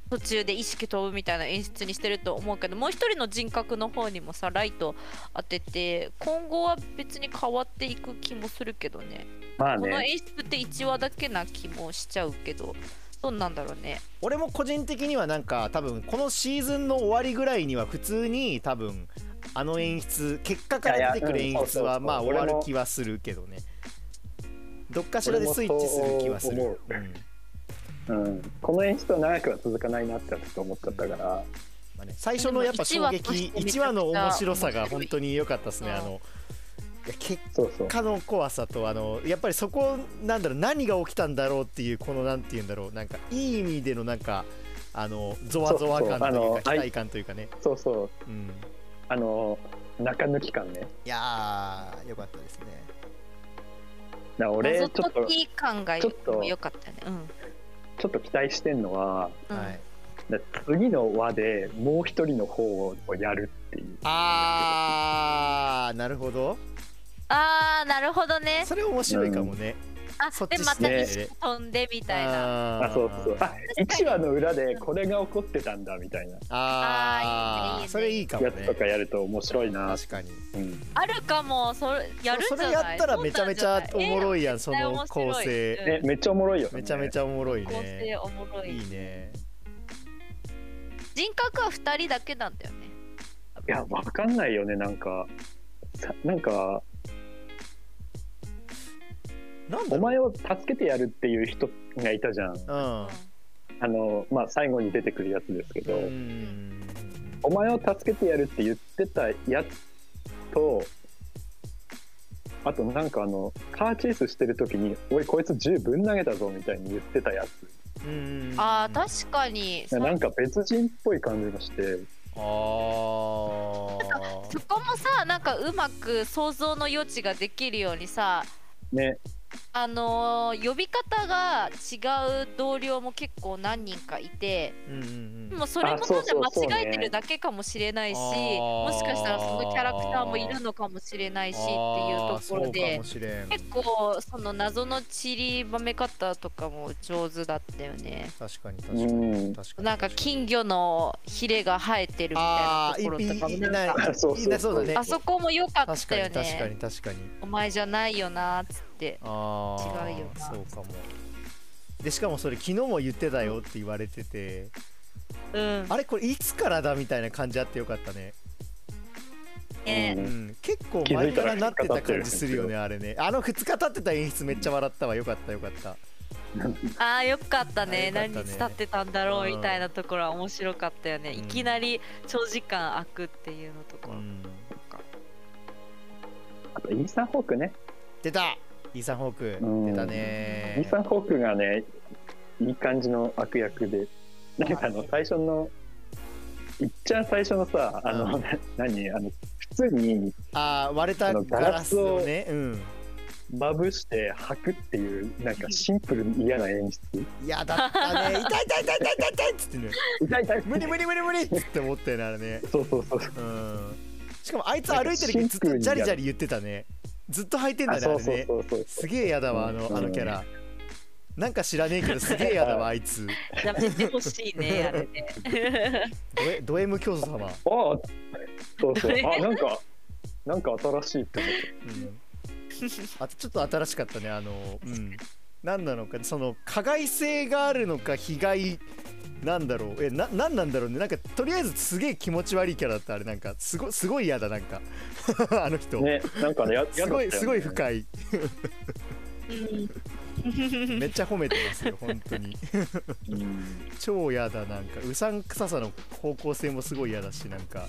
Speaker 3: 途中で意識飛ぶみたいな演出にしてると思うけどもう一人の人格の方にもさライト当てて今後は別に変わっていく気もするけどね
Speaker 2: まあ
Speaker 3: この
Speaker 2: ね
Speaker 3: 演出って1話だけな気もしちゃうけどどうなんだろうね
Speaker 1: 俺も個人的にはなんか多分このシーズンの終わりぐらいには普通に多分あの演出結果から出てくる
Speaker 2: いやい
Speaker 1: 演
Speaker 2: やうん
Speaker 1: 出
Speaker 2: そうそうそ
Speaker 1: は
Speaker 2: う
Speaker 1: まあ
Speaker 2: 俺も
Speaker 1: 終わる気はするけどねどっかしらでスイッチする気はす
Speaker 2: 俺も
Speaker 1: る、う
Speaker 2: そうん思うん、この演出は長くは続かないなってちょっと思っちゃったから、
Speaker 1: まあね、最初のやっぱ衝撃
Speaker 3: でも一
Speaker 1: 1
Speaker 3: 話
Speaker 1: 話
Speaker 3: と
Speaker 1: の
Speaker 3: してめちゃくちゃ
Speaker 1: 面白さが本当に良かったですね
Speaker 3: うん
Speaker 1: あのいや結
Speaker 2: そうそう
Speaker 1: 果の怖さとあのやっぱりそこなんだろう何が起きたんだろうっていうこのなんて言うんだろうなんかいい意味でのなんかあのゾワゾワ感と
Speaker 2: そう
Speaker 1: い
Speaker 2: そうう
Speaker 1: か
Speaker 2: あの
Speaker 1: 期待感というかね、
Speaker 2: そうそう
Speaker 1: うん、
Speaker 2: あの中抜き感ね
Speaker 1: いやーよかったですね
Speaker 2: だから俺ちょ
Speaker 3: 謎
Speaker 2: っと
Speaker 3: 解き感が
Speaker 2: ちょっと
Speaker 3: 良かったねうん
Speaker 2: ちょっと期待してんのは
Speaker 3: うん
Speaker 1: はい、
Speaker 2: で次の輪でもう一人の方をやるっていう
Speaker 1: あーなるほど
Speaker 3: あーなるほどね
Speaker 1: それ面白いかもね、
Speaker 3: あ
Speaker 1: そっち
Speaker 3: で
Speaker 1: っす
Speaker 3: また
Speaker 1: ね
Speaker 3: 意識飛んでみたいな
Speaker 1: あー
Speaker 2: あそうそうあ1話の裏で
Speaker 3: うん
Speaker 2: これが起こってたんだみたいな
Speaker 1: あ
Speaker 3: あーいいねいい
Speaker 1: ー
Speaker 3: ね
Speaker 1: それいいかも
Speaker 2: やつ
Speaker 1: ね
Speaker 2: とかやると面白いな、
Speaker 1: 確かに
Speaker 2: うん、
Speaker 3: あるかもそれやるんじ
Speaker 1: そ
Speaker 3: ゃ
Speaker 1: れ
Speaker 3: ない
Speaker 1: やったらめちゃめちゃおも
Speaker 3: い
Speaker 1: ろいやんそ
Speaker 3: 対
Speaker 1: の
Speaker 3: 面白い
Speaker 1: 構成
Speaker 2: えめっちゃおもろいよ、ね、
Speaker 1: めちゃめちゃおもろい
Speaker 3: 構成
Speaker 1: ね
Speaker 3: おもろい
Speaker 1: いいね
Speaker 3: 人格は2人だけなんだよね
Speaker 2: いやわかんないよねなんかさなんか
Speaker 1: なんだろ
Speaker 2: お
Speaker 1: う
Speaker 2: 前を助けてやるっていう人がいたじゃ
Speaker 1: う
Speaker 2: ん
Speaker 1: ん
Speaker 2: あのまあ最後に出てくるやつですけど、
Speaker 1: うん
Speaker 2: お前を助けてやるって言ってたやつとあとなんかあのカーチェイスしてる時に「俺こいつ銃ぶん投げたぞ」みたいに言ってたやつ
Speaker 1: うん
Speaker 3: あー確かにそ
Speaker 2: なんか別人っぽい感じがして
Speaker 1: あー
Speaker 3: そこもさなんかうまく想像の余地ができるようにさ
Speaker 2: ね
Speaker 3: あのー呼び方が違う同僚も結構何人かいて
Speaker 1: うんうん
Speaker 3: で
Speaker 1: うん
Speaker 3: もそれも
Speaker 2: あそ
Speaker 3: た
Speaker 2: うそうそう
Speaker 3: だ
Speaker 2: ね
Speaker 3: 間違えてるだけかもしれないし
Speaker 1: あー
Speaker 3: もしかしたらそのキャラクターもいるのかもしれないしっていうところ
Speaker 1: あーそうか
Speaker 3: で
Speaker 1: もしれん
Speaker 3: 結構その謎の散りばめ方とかも上手だったよね
Speaker 1: 確かに確
Speaker 2: う
Speaker 1: かに
Speaker 2: ん
Speaker 1: 確かに
Speaker 3: なんか金魚のヒレが生えてるみ
Speaker 1: あ
Speaker 3: た
Speaker 1: ー
Speaker 3: いなところとかも
Speaker 1: いい
Speaker 3: なんか
Speaker 2: かそうそう
Speaker 1: いいなそうだね
Speaker 3: あそこも良かっ
Speaker 1: 確
Speaker 3: た
Speaker 1: か
Speaker 3: よ
Speaker 1: に確か
Speaker 3: ね
Speaker 1: に確かに
Speaker 3: お前じゃないよなーっつって
Speaker 1: あー
Speaker 3: 違うよな
Speaker 1: そうかもでしかもそれ昨日も言ってたよって言われてて
Speaker 3: うん
Speaker 1: あれこれいつからだみたいな感じあってよかったね、
Speaker 3: ね
Speaker 2: う
Speaker 1: うんん、結構前からなってた感じするよねあれねあの2日経ってた演出めっちゃ笑ったわよかったよかった
Speaker 3: ああよかった
Speaker 1: あ
Speaker 3: ね
Speaker 1: よかったね
Speaker 3: 何日経ってたんだろう
Speaker 1: うん
Speaker 3: みたいなところは面白かったよね、
Speaker 1: うん
Speaker 3: いきなり長時間空くっていうのと
Speaker 1: う
Speaker 3: ころ、
Speaker 1: ん
Speaker 2: あとイーサン・ホークね、
Speaker 1: 出たイーサン・ホーク
Speaker 2: うん
Speaker 1: 出たね
Speaker 2: イーサン・ホークがねいい感じの悪役でなんかあの最初のいっちゃん最初のさあの、
Speaker 1: うん
Speaker 2: (laughs) 何あの普通に
Speaker 1: あー割れたガラスをねうん
Speaker 2: まぶして吐くっていうなんかシンプルに嫌な演出
Speaker 1: いやだったね痛い痛い痛い痛い痛い痛いっつってね
Speaker 2: 痛い痛い
Speaker 1: 無理無理無理無理っつって思ったよねあれね
Speaker 2: そうそうそう
Speaker 1: うんしかもあいつ歩いてる時ずっとジャリジャリ言ってたねずっと履いてんだ
Speaker 2: あ
Speaker 1: ねあ
Speaker 2: そう
Speaker 1: れ
Speaker 2: そう
Speaker 1: ね
Speaker 2: そうそう
Speaker 1: すげえやだわあ
Speaker 2: う
Speaker 1: の
Speaker 2: ん
Speaker 1: あのキャラなんか知らねえけどすげえやだわあいつ
Speaker 3: やめてほしい
Speaker 1: (laughs)
Speaker 3: ねあれね
Speaker 1: ド M ド M 教祖様、
Speaker 2: ああそうそう
Speaker 3: どれ
Speaker 2: あなんかなんか新しいって思って
Speaker 1: うん、あとちょっと新しかったねあのうん何なのかその加害性があるのか被害なんだろうえな何なんだろうねなんかとりあえずすげえ気持ち悪いキャラだったあれなんかすごすごい嫌だなんか (laughs) あの人、
Speaker 2: ねなんかねや
Speaker 1: すごいすごい
Speaker 2: い
Speaker 1: 深い
Speaker 3: うん
Speaker 1: めっちゃ褒めてますよ本当に超嫌だなんかうさんくささの方向性もすごい嫌だしなんか、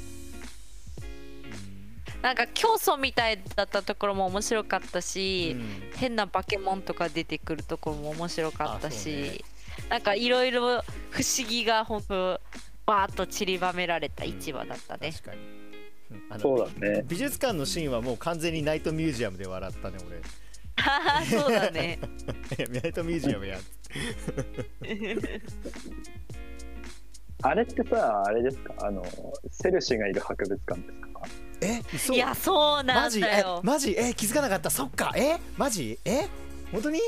Speaker 3: なんか競争みたいだったところも面白かった
Speaker 1: うん
Speaker 3: し、
Speaker 1: うん
Speaker 3: 変なバケモンとか出てくるところも面白かったし、
Speaker 1: あそうね
Speaker 3: なんかいろいろ不思議が本当バーッと散りばめられた市場だったね、
Speaker 1: 確かに、うんあの
Speaker 2: そうだね
Speaker 1: 美術館のシーンはもう完全にナイトミュージアムで笑ったね
Speaker 3: (laughs) そうだね
Speaker 1: (laughs) 俺ナイトミュージアムや
Speaker 2: あれってさあれですかあのセルシーがいる博物館ですか
Speaker 1: え嘘
Speaker 3: いやそうな
Speaker 1: マ
Speaker 3: ん
Speaker 1: ジ
Speaker 3: だ
Speaker 1: え
Speaker 3: よ
Speaker 1: マジえ気づかなかったそっかえマジえ本当に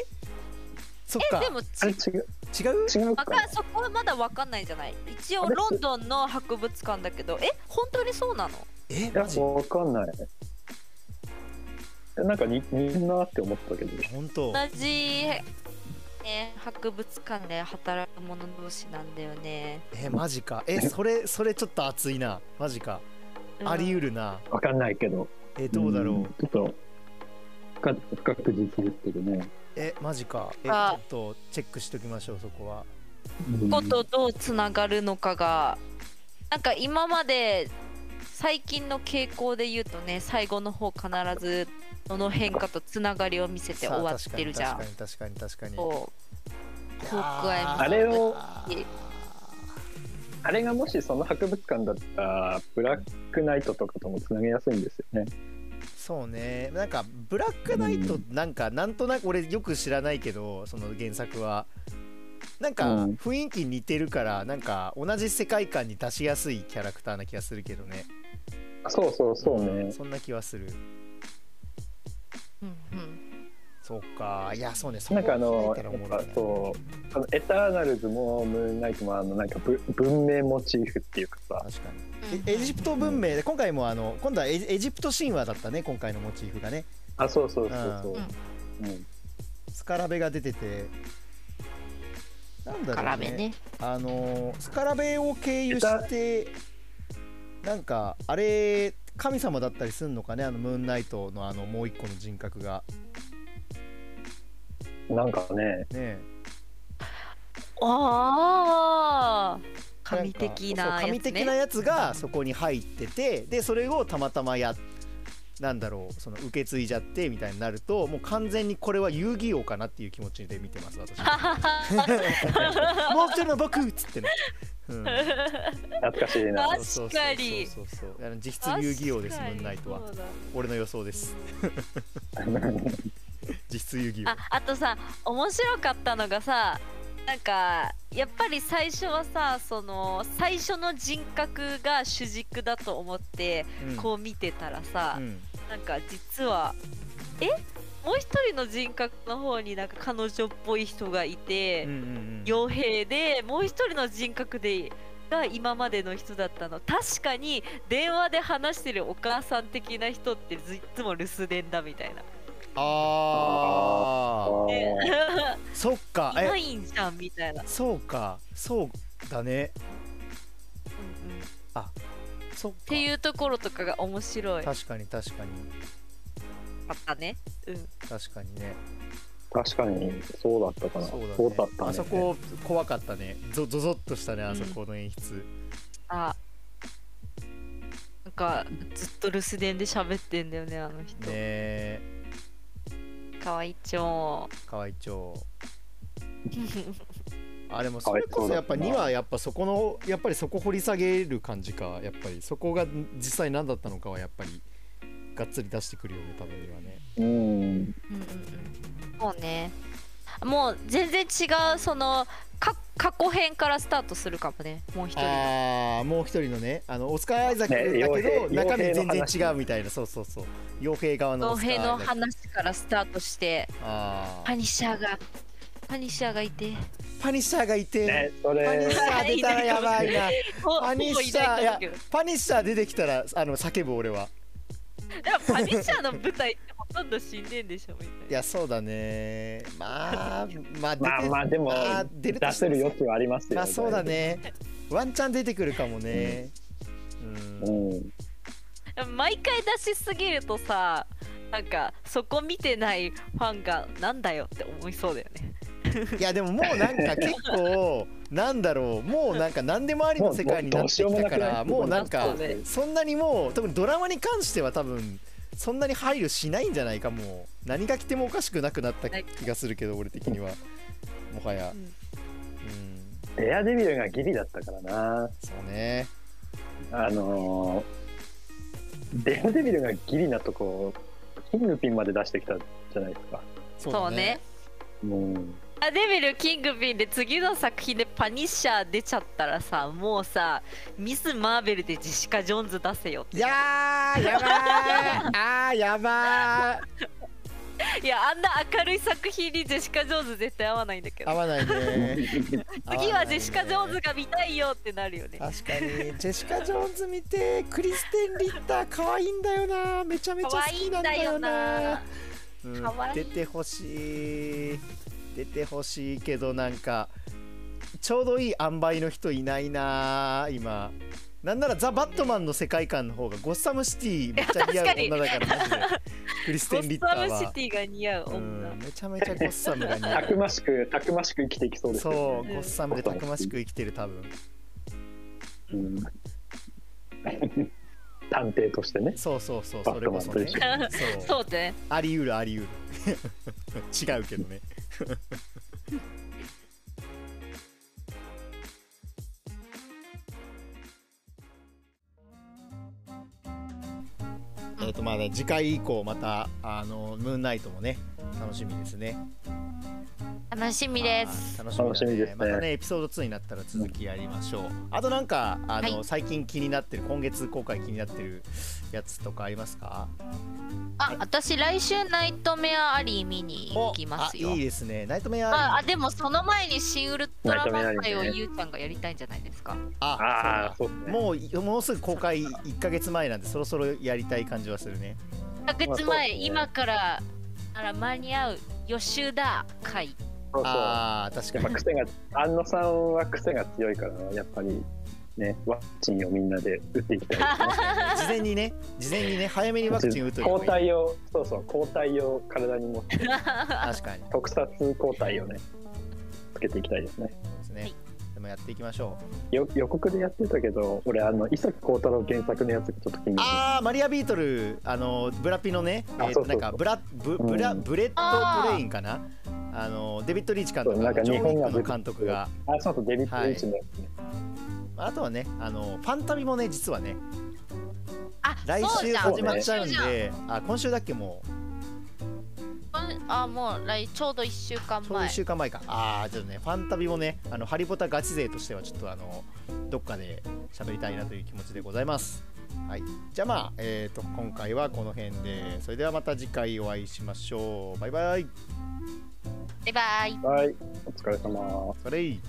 Speaker 1: そっ
Speaker 3: え
Speaker 1: か
Speaker 3: でも
Speaker 2: あれ
Speaker 3: ち
Speaker 2: 違う
Speaker 1: 違う
Speaker 2: 違う
Speaker 3: わ
Speaker 2: か
Speaker 3: かんそこはまだわかんないじゃない一応
Speaker 2: あれ
Speaker 3: ロンドンの博物館だけどえ本当にそうなの
Speaker 1: え
Speaker 2: いや
Speaker 1: マジ
Speaker 2: わかんないなんか似似るなって思ったけど
Speaker 1: 本当
Speaker 3: 同じ、ね、博物館で働く者同士なんだよね、
Speaker 1: えマジかえそれそれちょっと熱いなマジか
Speaker 3: うん
Speaker 1: あり得るな
Speaker 2: わかんないけど
Speaker 1: えどうだろうん
Speaker 2: ちょっと深く深く実ですけどね
Speaker 1: えマジかえちょ
Speaker 3: あ
Speaker 1: っとチェックしときましょうそこは
Speaker 2: うん
Speaker 3: ことどうつながるのかがなんか今まで最近の傾向で言うとね最後の方必ずどの変化とつながりを見せて
Speaker 1: さあ
Speaker 3: 終わってるじゃん。
Speaker 1: 確かに確かに確かに確か
Speaker 3: そう
Speaker 1: に
Speaker 3: ホークアイも
Speaker 2: あれを
Speaker 1: いや
Speaker 2: あれがもしその博物館だったらブラックナイトとかともつなげやすいんですよね
Speaker 1: ーそうねなんかブラックナイトなんかなんとなく俺よく知らないけどその原作はなんか
Speaker 2: うん
Speaker 1: 雰囲気似てるからなんか同じ世界観に出しやすいキャラクターな気がするけどね
Speaker 2: そうそうそうね
Speaker 1: んそんな気はする
Speaker 3: うんうん
Speaker 1: そうかいやそうねそ
Speaker 2: なんかあ
Speaker 1: 考
Speaker 2: の
Speaker 1: えたらおも
Speaker 2: や
Speaker 1: ろい
Speaker 2: っぱ
Speaker 1: ね
Speaker 2: そうあのエターナルズもムーンナイトもあのなんかぶ文明モチーフっていうかさ
Speaker 1: 確かに
Speaker 3: うん
Speaker 1: えエジプト文明で今回もあの今度はエジエジプト神話だったね今回のモチーフがね
Speaker 2: あそうそうそうそう、うん
Speaker 1: スカラベが出ててなんだろうね
Speaker 3: からめね。
Speaker 1: あのースカラベを経由してなんかあれ神様だったりすんのかねあのムーンナイトのあのもう一個の人格が
Speaker 2: なんかね
Speaker 1: ね
Speaker 3: ああ神的
Speaker 1: んか
Speaker 3: な
Speaker 1: そう
Speaker 3: や
Speaker 1: 神
Speaker 3: つ
Speaker 1: 的な
Speaker 3: ね。
Speaker 1: やつがそこに入っててでそれをたまたまやなんだろうその受け継いじゃってみたいになるともう完全にこれは遊戯王かなっていう気持ちで見てます私
Speaker 3: (laughs)
Speaker 1: (laughs) もう一人の僕っつってね、うん
Speaker 2: 懐かしい
Speaker 1: (laughs)
Speaker 2: な
Speaker 3: あ確かに
Speaker 1: そうそうそうそうそうあの実質遊戯王ですムーンナイトは
Speaker 3: 確かに
Speaker 1: 俺の予想です実質遊戯王
Speaker 3: ああとさ面白かったのがさなんかやっぱり最初はさその最初の人格が主軸だと思って
Speaker 1: うん
Speaker 3: こう見てたらさ、
Speaker 1: うん
Speaker 3: なんか実はえもう一人の人格の方になんか彼女っぽい人がいて、
Speaker 1: うんうんうん
Speaker 3: 傭兵でもう一人の人格でが今までの人だったの確かに電話で話してるお母さん的な人ってずいつも留守電だみたいな。
Speaker 1: あー
Speaker 2: (laughs) あー
Speaker 3: (laughs)
Speaker 1: そっか
Speaker 3: いな
Speaker 1: え
Speaker 3: いんじゃんみたいな。
Speaker 1: そうかそうだねそっか
Speaker 3: ていうところとかが面白いかっ
Speaker 1: 確かに確かに
Speaker 3: たねうん
Speaker 1: 確かにね
Speaker 2: 確かにそうだったかな
Speaker 1: そうだね
Speaker 2: だったね
Speaker 1: あそこ怖かったねゾゾゾッとしたねあそこの演出、
Speaker 3: あなんかずっと留守電で喋ってんだよねあの人、
Speaker 1: ねえ
Speaker 3: かわいいちょ
Speaker 1: 河合
Speaker 2: (laughs)
Speaker 1: 町
Speaker 3: ー
Speaker 1: あでもそれこそやっぱ
Speaker 2: かわい
Speaker 1: 2
Speaker 2: そうだったな
Speaker 1: はやっぱそこのやっぱりそこ掘り下げる感じかやっぱりそこが実際何だったのかはやっぱりがっつり出してくるよね多分2はね
Speaker 2: うん
Speaker 3: うんうんうんもうねもう全然違うそのか過去編からスタートするかもねもう一人が
Speaker 1: ああーもう一人のねあのオスカー・アイザックだ
Speaker 2: ね傭
Speaker 1: け
Speaker 2: 兵
Speaker 1: ど、中身
Speaker 2: 傭兵
Speaker 1: 全
Speaker 2: の話
Speaker 1: 然違うみたいなそうそうそう傭兵側の
Speaker 3: 傭
Speaker 1: オスカー
Speaker 3: 兵の
Speaker 1: アイザック
Speaker 3: 話からスタートして
Speaker 1: あ
Speaker 3: パ
Speaker 1: ー
Speaker 3: ニッシャーがパニッシャーがい (laughs) て
Speaker 1: パニッシャーがいて、
Speaker 2: ねそ
Speaker 1: パニッ
Speaker 2: れ
Speaker 1: シャー出たらやばいなパ
Speaker 3: パ
Speaker 1: ニッシャーいやパニッシャー出てきたらあの叫ぶ俺は
Speaker 3: でもパニッシャーの舞台ってほとんど死んでんでしょみたい
Speaker 1: いやそうだねまあまあ出て
Speaker 2: まあまあでも
Speaker 1: まあ出ると
Speaker 2: 出
Speaker 1: して
Speaker 2: せ
Speaker 1: も
Speaker 2: る余地はありますよ
Speaker 1: まあそうだね (laughs) ワンチャン出てくるかもねうん、
Speaker 2: うん
Speaker 3: な毎回出しすぎるとさなんかそこ見てないファンがなんだよって思いそうだよね
Speaker 1: いやでももうなんか結構なんだろうもうなんか何でもありの世界になってきたから
Speaker 2: も
Speaker 1: (laughs) も
Speaker 2: う
Speaker 1: う
Speaker 2: ど
Speaker 1: な
Speaker 2: うん
Speaker 3: しようも
Speaker 1: か
Speaker 3: なくなってき
Speaker 1: そんなにもう特にドラマに関しては多分そんなに配慮しないんじゃないかもう何が来てもおかしくなくなった気がするけど俺的にはもはや
Speaker 3: うん
Speaker 1: うん
Speaker 2: エアデビルがギリだったからな
Speaker 1: そうね
Speaker 2: あのーデアデビルがギリなとこキングピンまで出してきたじゃないですか。
Speaker 1: そう
Speaker 3: そう
Speaker 1: だ
Speaker 3: ね
Speaker 2: うん、
Speaker 3: あデビルキングピンで次の作品でパニッシャー出ちゃったらさもうさミス・マーベルでジェシカ・ジョーンズ出せよって
Speaker 1: いやーやばーいあーやばー
Speaker 3: いやあんな明るい作品にジェシカ・ジョーンズ絶対合わないんだけ
Speaker 1: 合
Speaker 3: ど
Speaker 1: わないね
Speaker 3: (laughs) 次はジェシカ・ジョーン
Speaker 1: ズ
Speaker 3: ズが見たいよってなるよね
Speaker 1: 確かにジェシカ・ジョーンズ見てクリステン・リッター可愛いんだよなめちゃめちゃ
Speaker 3: 可
Speaker 1: 好
Speaker 3: 愛い
Speaker 1: き
Speaker 3: ん
Speaker 1: なん
Speaker 3: だ
Speaker 1: だ
Speaker 3: よ
Speaker 1: よな
Speaker 3: な
Speaker 1: うん
Speaker 3: 可愛い
Speaker 1: 出てほしい出てほしいけどなんかちょうどいい塩梅の人いないな今なんならザ・バットマンの世界観の方がゴッサムシティめっちゃ似合う女だからマジでクリス
Speaker 3: ゴ
Speaker 1: テン・リ
Speaker 3: ッ
Speaker 1: ッタ
Speaker 3: サム
Speaker 1: ーは
Speaker 3: シティが似合う
Speaker 1: う
Speaker 3: 女、
Speaker 1: んめちゃめちゃゴッサムが似合
Speaker 2: た
Speaker 1: う
Speaker 3: (laughs)
Speaker 2: くましくたくましく生きていきそうです
Speaker 1: そう
Speaker 2: よ
Speaker 1: ゴッサムでたくましく生きてる多分
Speaker 2: ね。うん探偵としてね。
Speaker 1: そうそうそうそれこそね
Speaker 2: バット
Speaker 3: マンと
Speaker 1: そう
Speaker 3: そうね
Speaker 1: あり得る (laughs) あり得る違うけどねえっとまあね次回以降またあのムーンナイトもね楽しみですね。
Speaker 3: 楽しみです
Speaker 1: はい楽しみだね
Speaker 2: 楽しみですね
Speaker 1: またねエピソード2になったら続きやりましょう。あとなんかあの、
Speaker 3: はい
Speaker 1: 最近気になってる今月公開気になってるやつとかありますか？
Speaker 3: あ私来週ナイトメアアリー見に行きますよ
Speaker 1: おあいいですね。ナイトメアリー。
Speaker 3: まあ、あでもその前にシン・ウルトラマン会を
Speaker 2: ナイトメアリーね
Speaker 3: ゆうちゃんがやりたいんじゃないですか
Speaker 1: あそう
Speaker 2: あ
Speaker 1: だ
Speaker 2: あそうですね。
Speaker 1: もうもうすぐ公開1ヶ月前なんでそろそろやりたい感じはするね
Speaker 3: 1ヶ月
Speaker 2: まあそう
Speaker 3: 前、
Speaker 2: ですね
Speaker 3: 今からなら間に合う予習だ (laughs) 会
Speaker 2: そうそうや
Speaker 1: ああ確か
Speaker 2: っぱ
Speaker 1: に
Speaker 2: 癖が安野さんは癖が強いからやっぱりねワクチンをみんなで打っていきたいですね。
Speaker 1: 事前にね事前にね早めにワクチン打っといた方が
Speaker 2: 抗
Speaker 1: いい
Speaker 2: 体をそうそう抗体を体に持って
Speaker 1: 確かに
Speaker 2: 特撮抗体をねつけていきたいですね。
Speaker 1: そうですね、
Speaker 3: はい
Speaker 1: でもやっていきましょう
Speaker 2: よ予告でやってたけど俺あの伊崎幸太郎原作のやつがちょっと気にな
Speaker 1: ああマリアビートルあのブラピのね
Speaker 2: あ
Speaker 1: えー
Speaker 2: そうそう
Speaker 1: となんかブラブブラ
Speaker 2: うん
Speaker 1: ブレッドプレインかなあのデビッド・リーチ監督
Speaker 2: そうなん
Speaker 1: が
Speaker 2: か
Speaker 1: ジョ
Speaker 2: 日
Speaker 1: ン・ウィッ
Speaker 2: 本が
Speaker 1: クの監督が
Speaker 2: るあそうそうデビッド・リーチのやつね、
Speaker 1: あとはねあのファンタビもね実はね
Speaker 3: あ
Speaker 1: 来
Speaker 3: そう
Speaker 1: 週
Speaker 3: じゃ
Speaker 1: 始まっちゃうん
Speaker 3: そうじ
Speaker 1: であ今週だっけもう
Speaker 3: ゃんあもう来ちょうど1週間
Speaker 1: ちょうど1
Speaker 3: 前
Speaker 1: 週間前か。ああ、ちょっとね、ファンタビもね、あのハリポタガチ勢としては、ちょっとあの、どっかで喋りたいなという気持ちでございます。はい。じゃあまあ、えっ、と、今回はこの辺で、それではまた次回お会いしましょう。バイバイ。
Speaker 3: バイバイ
Speaker 2: はいお疲れ様
Speaker 1: それい。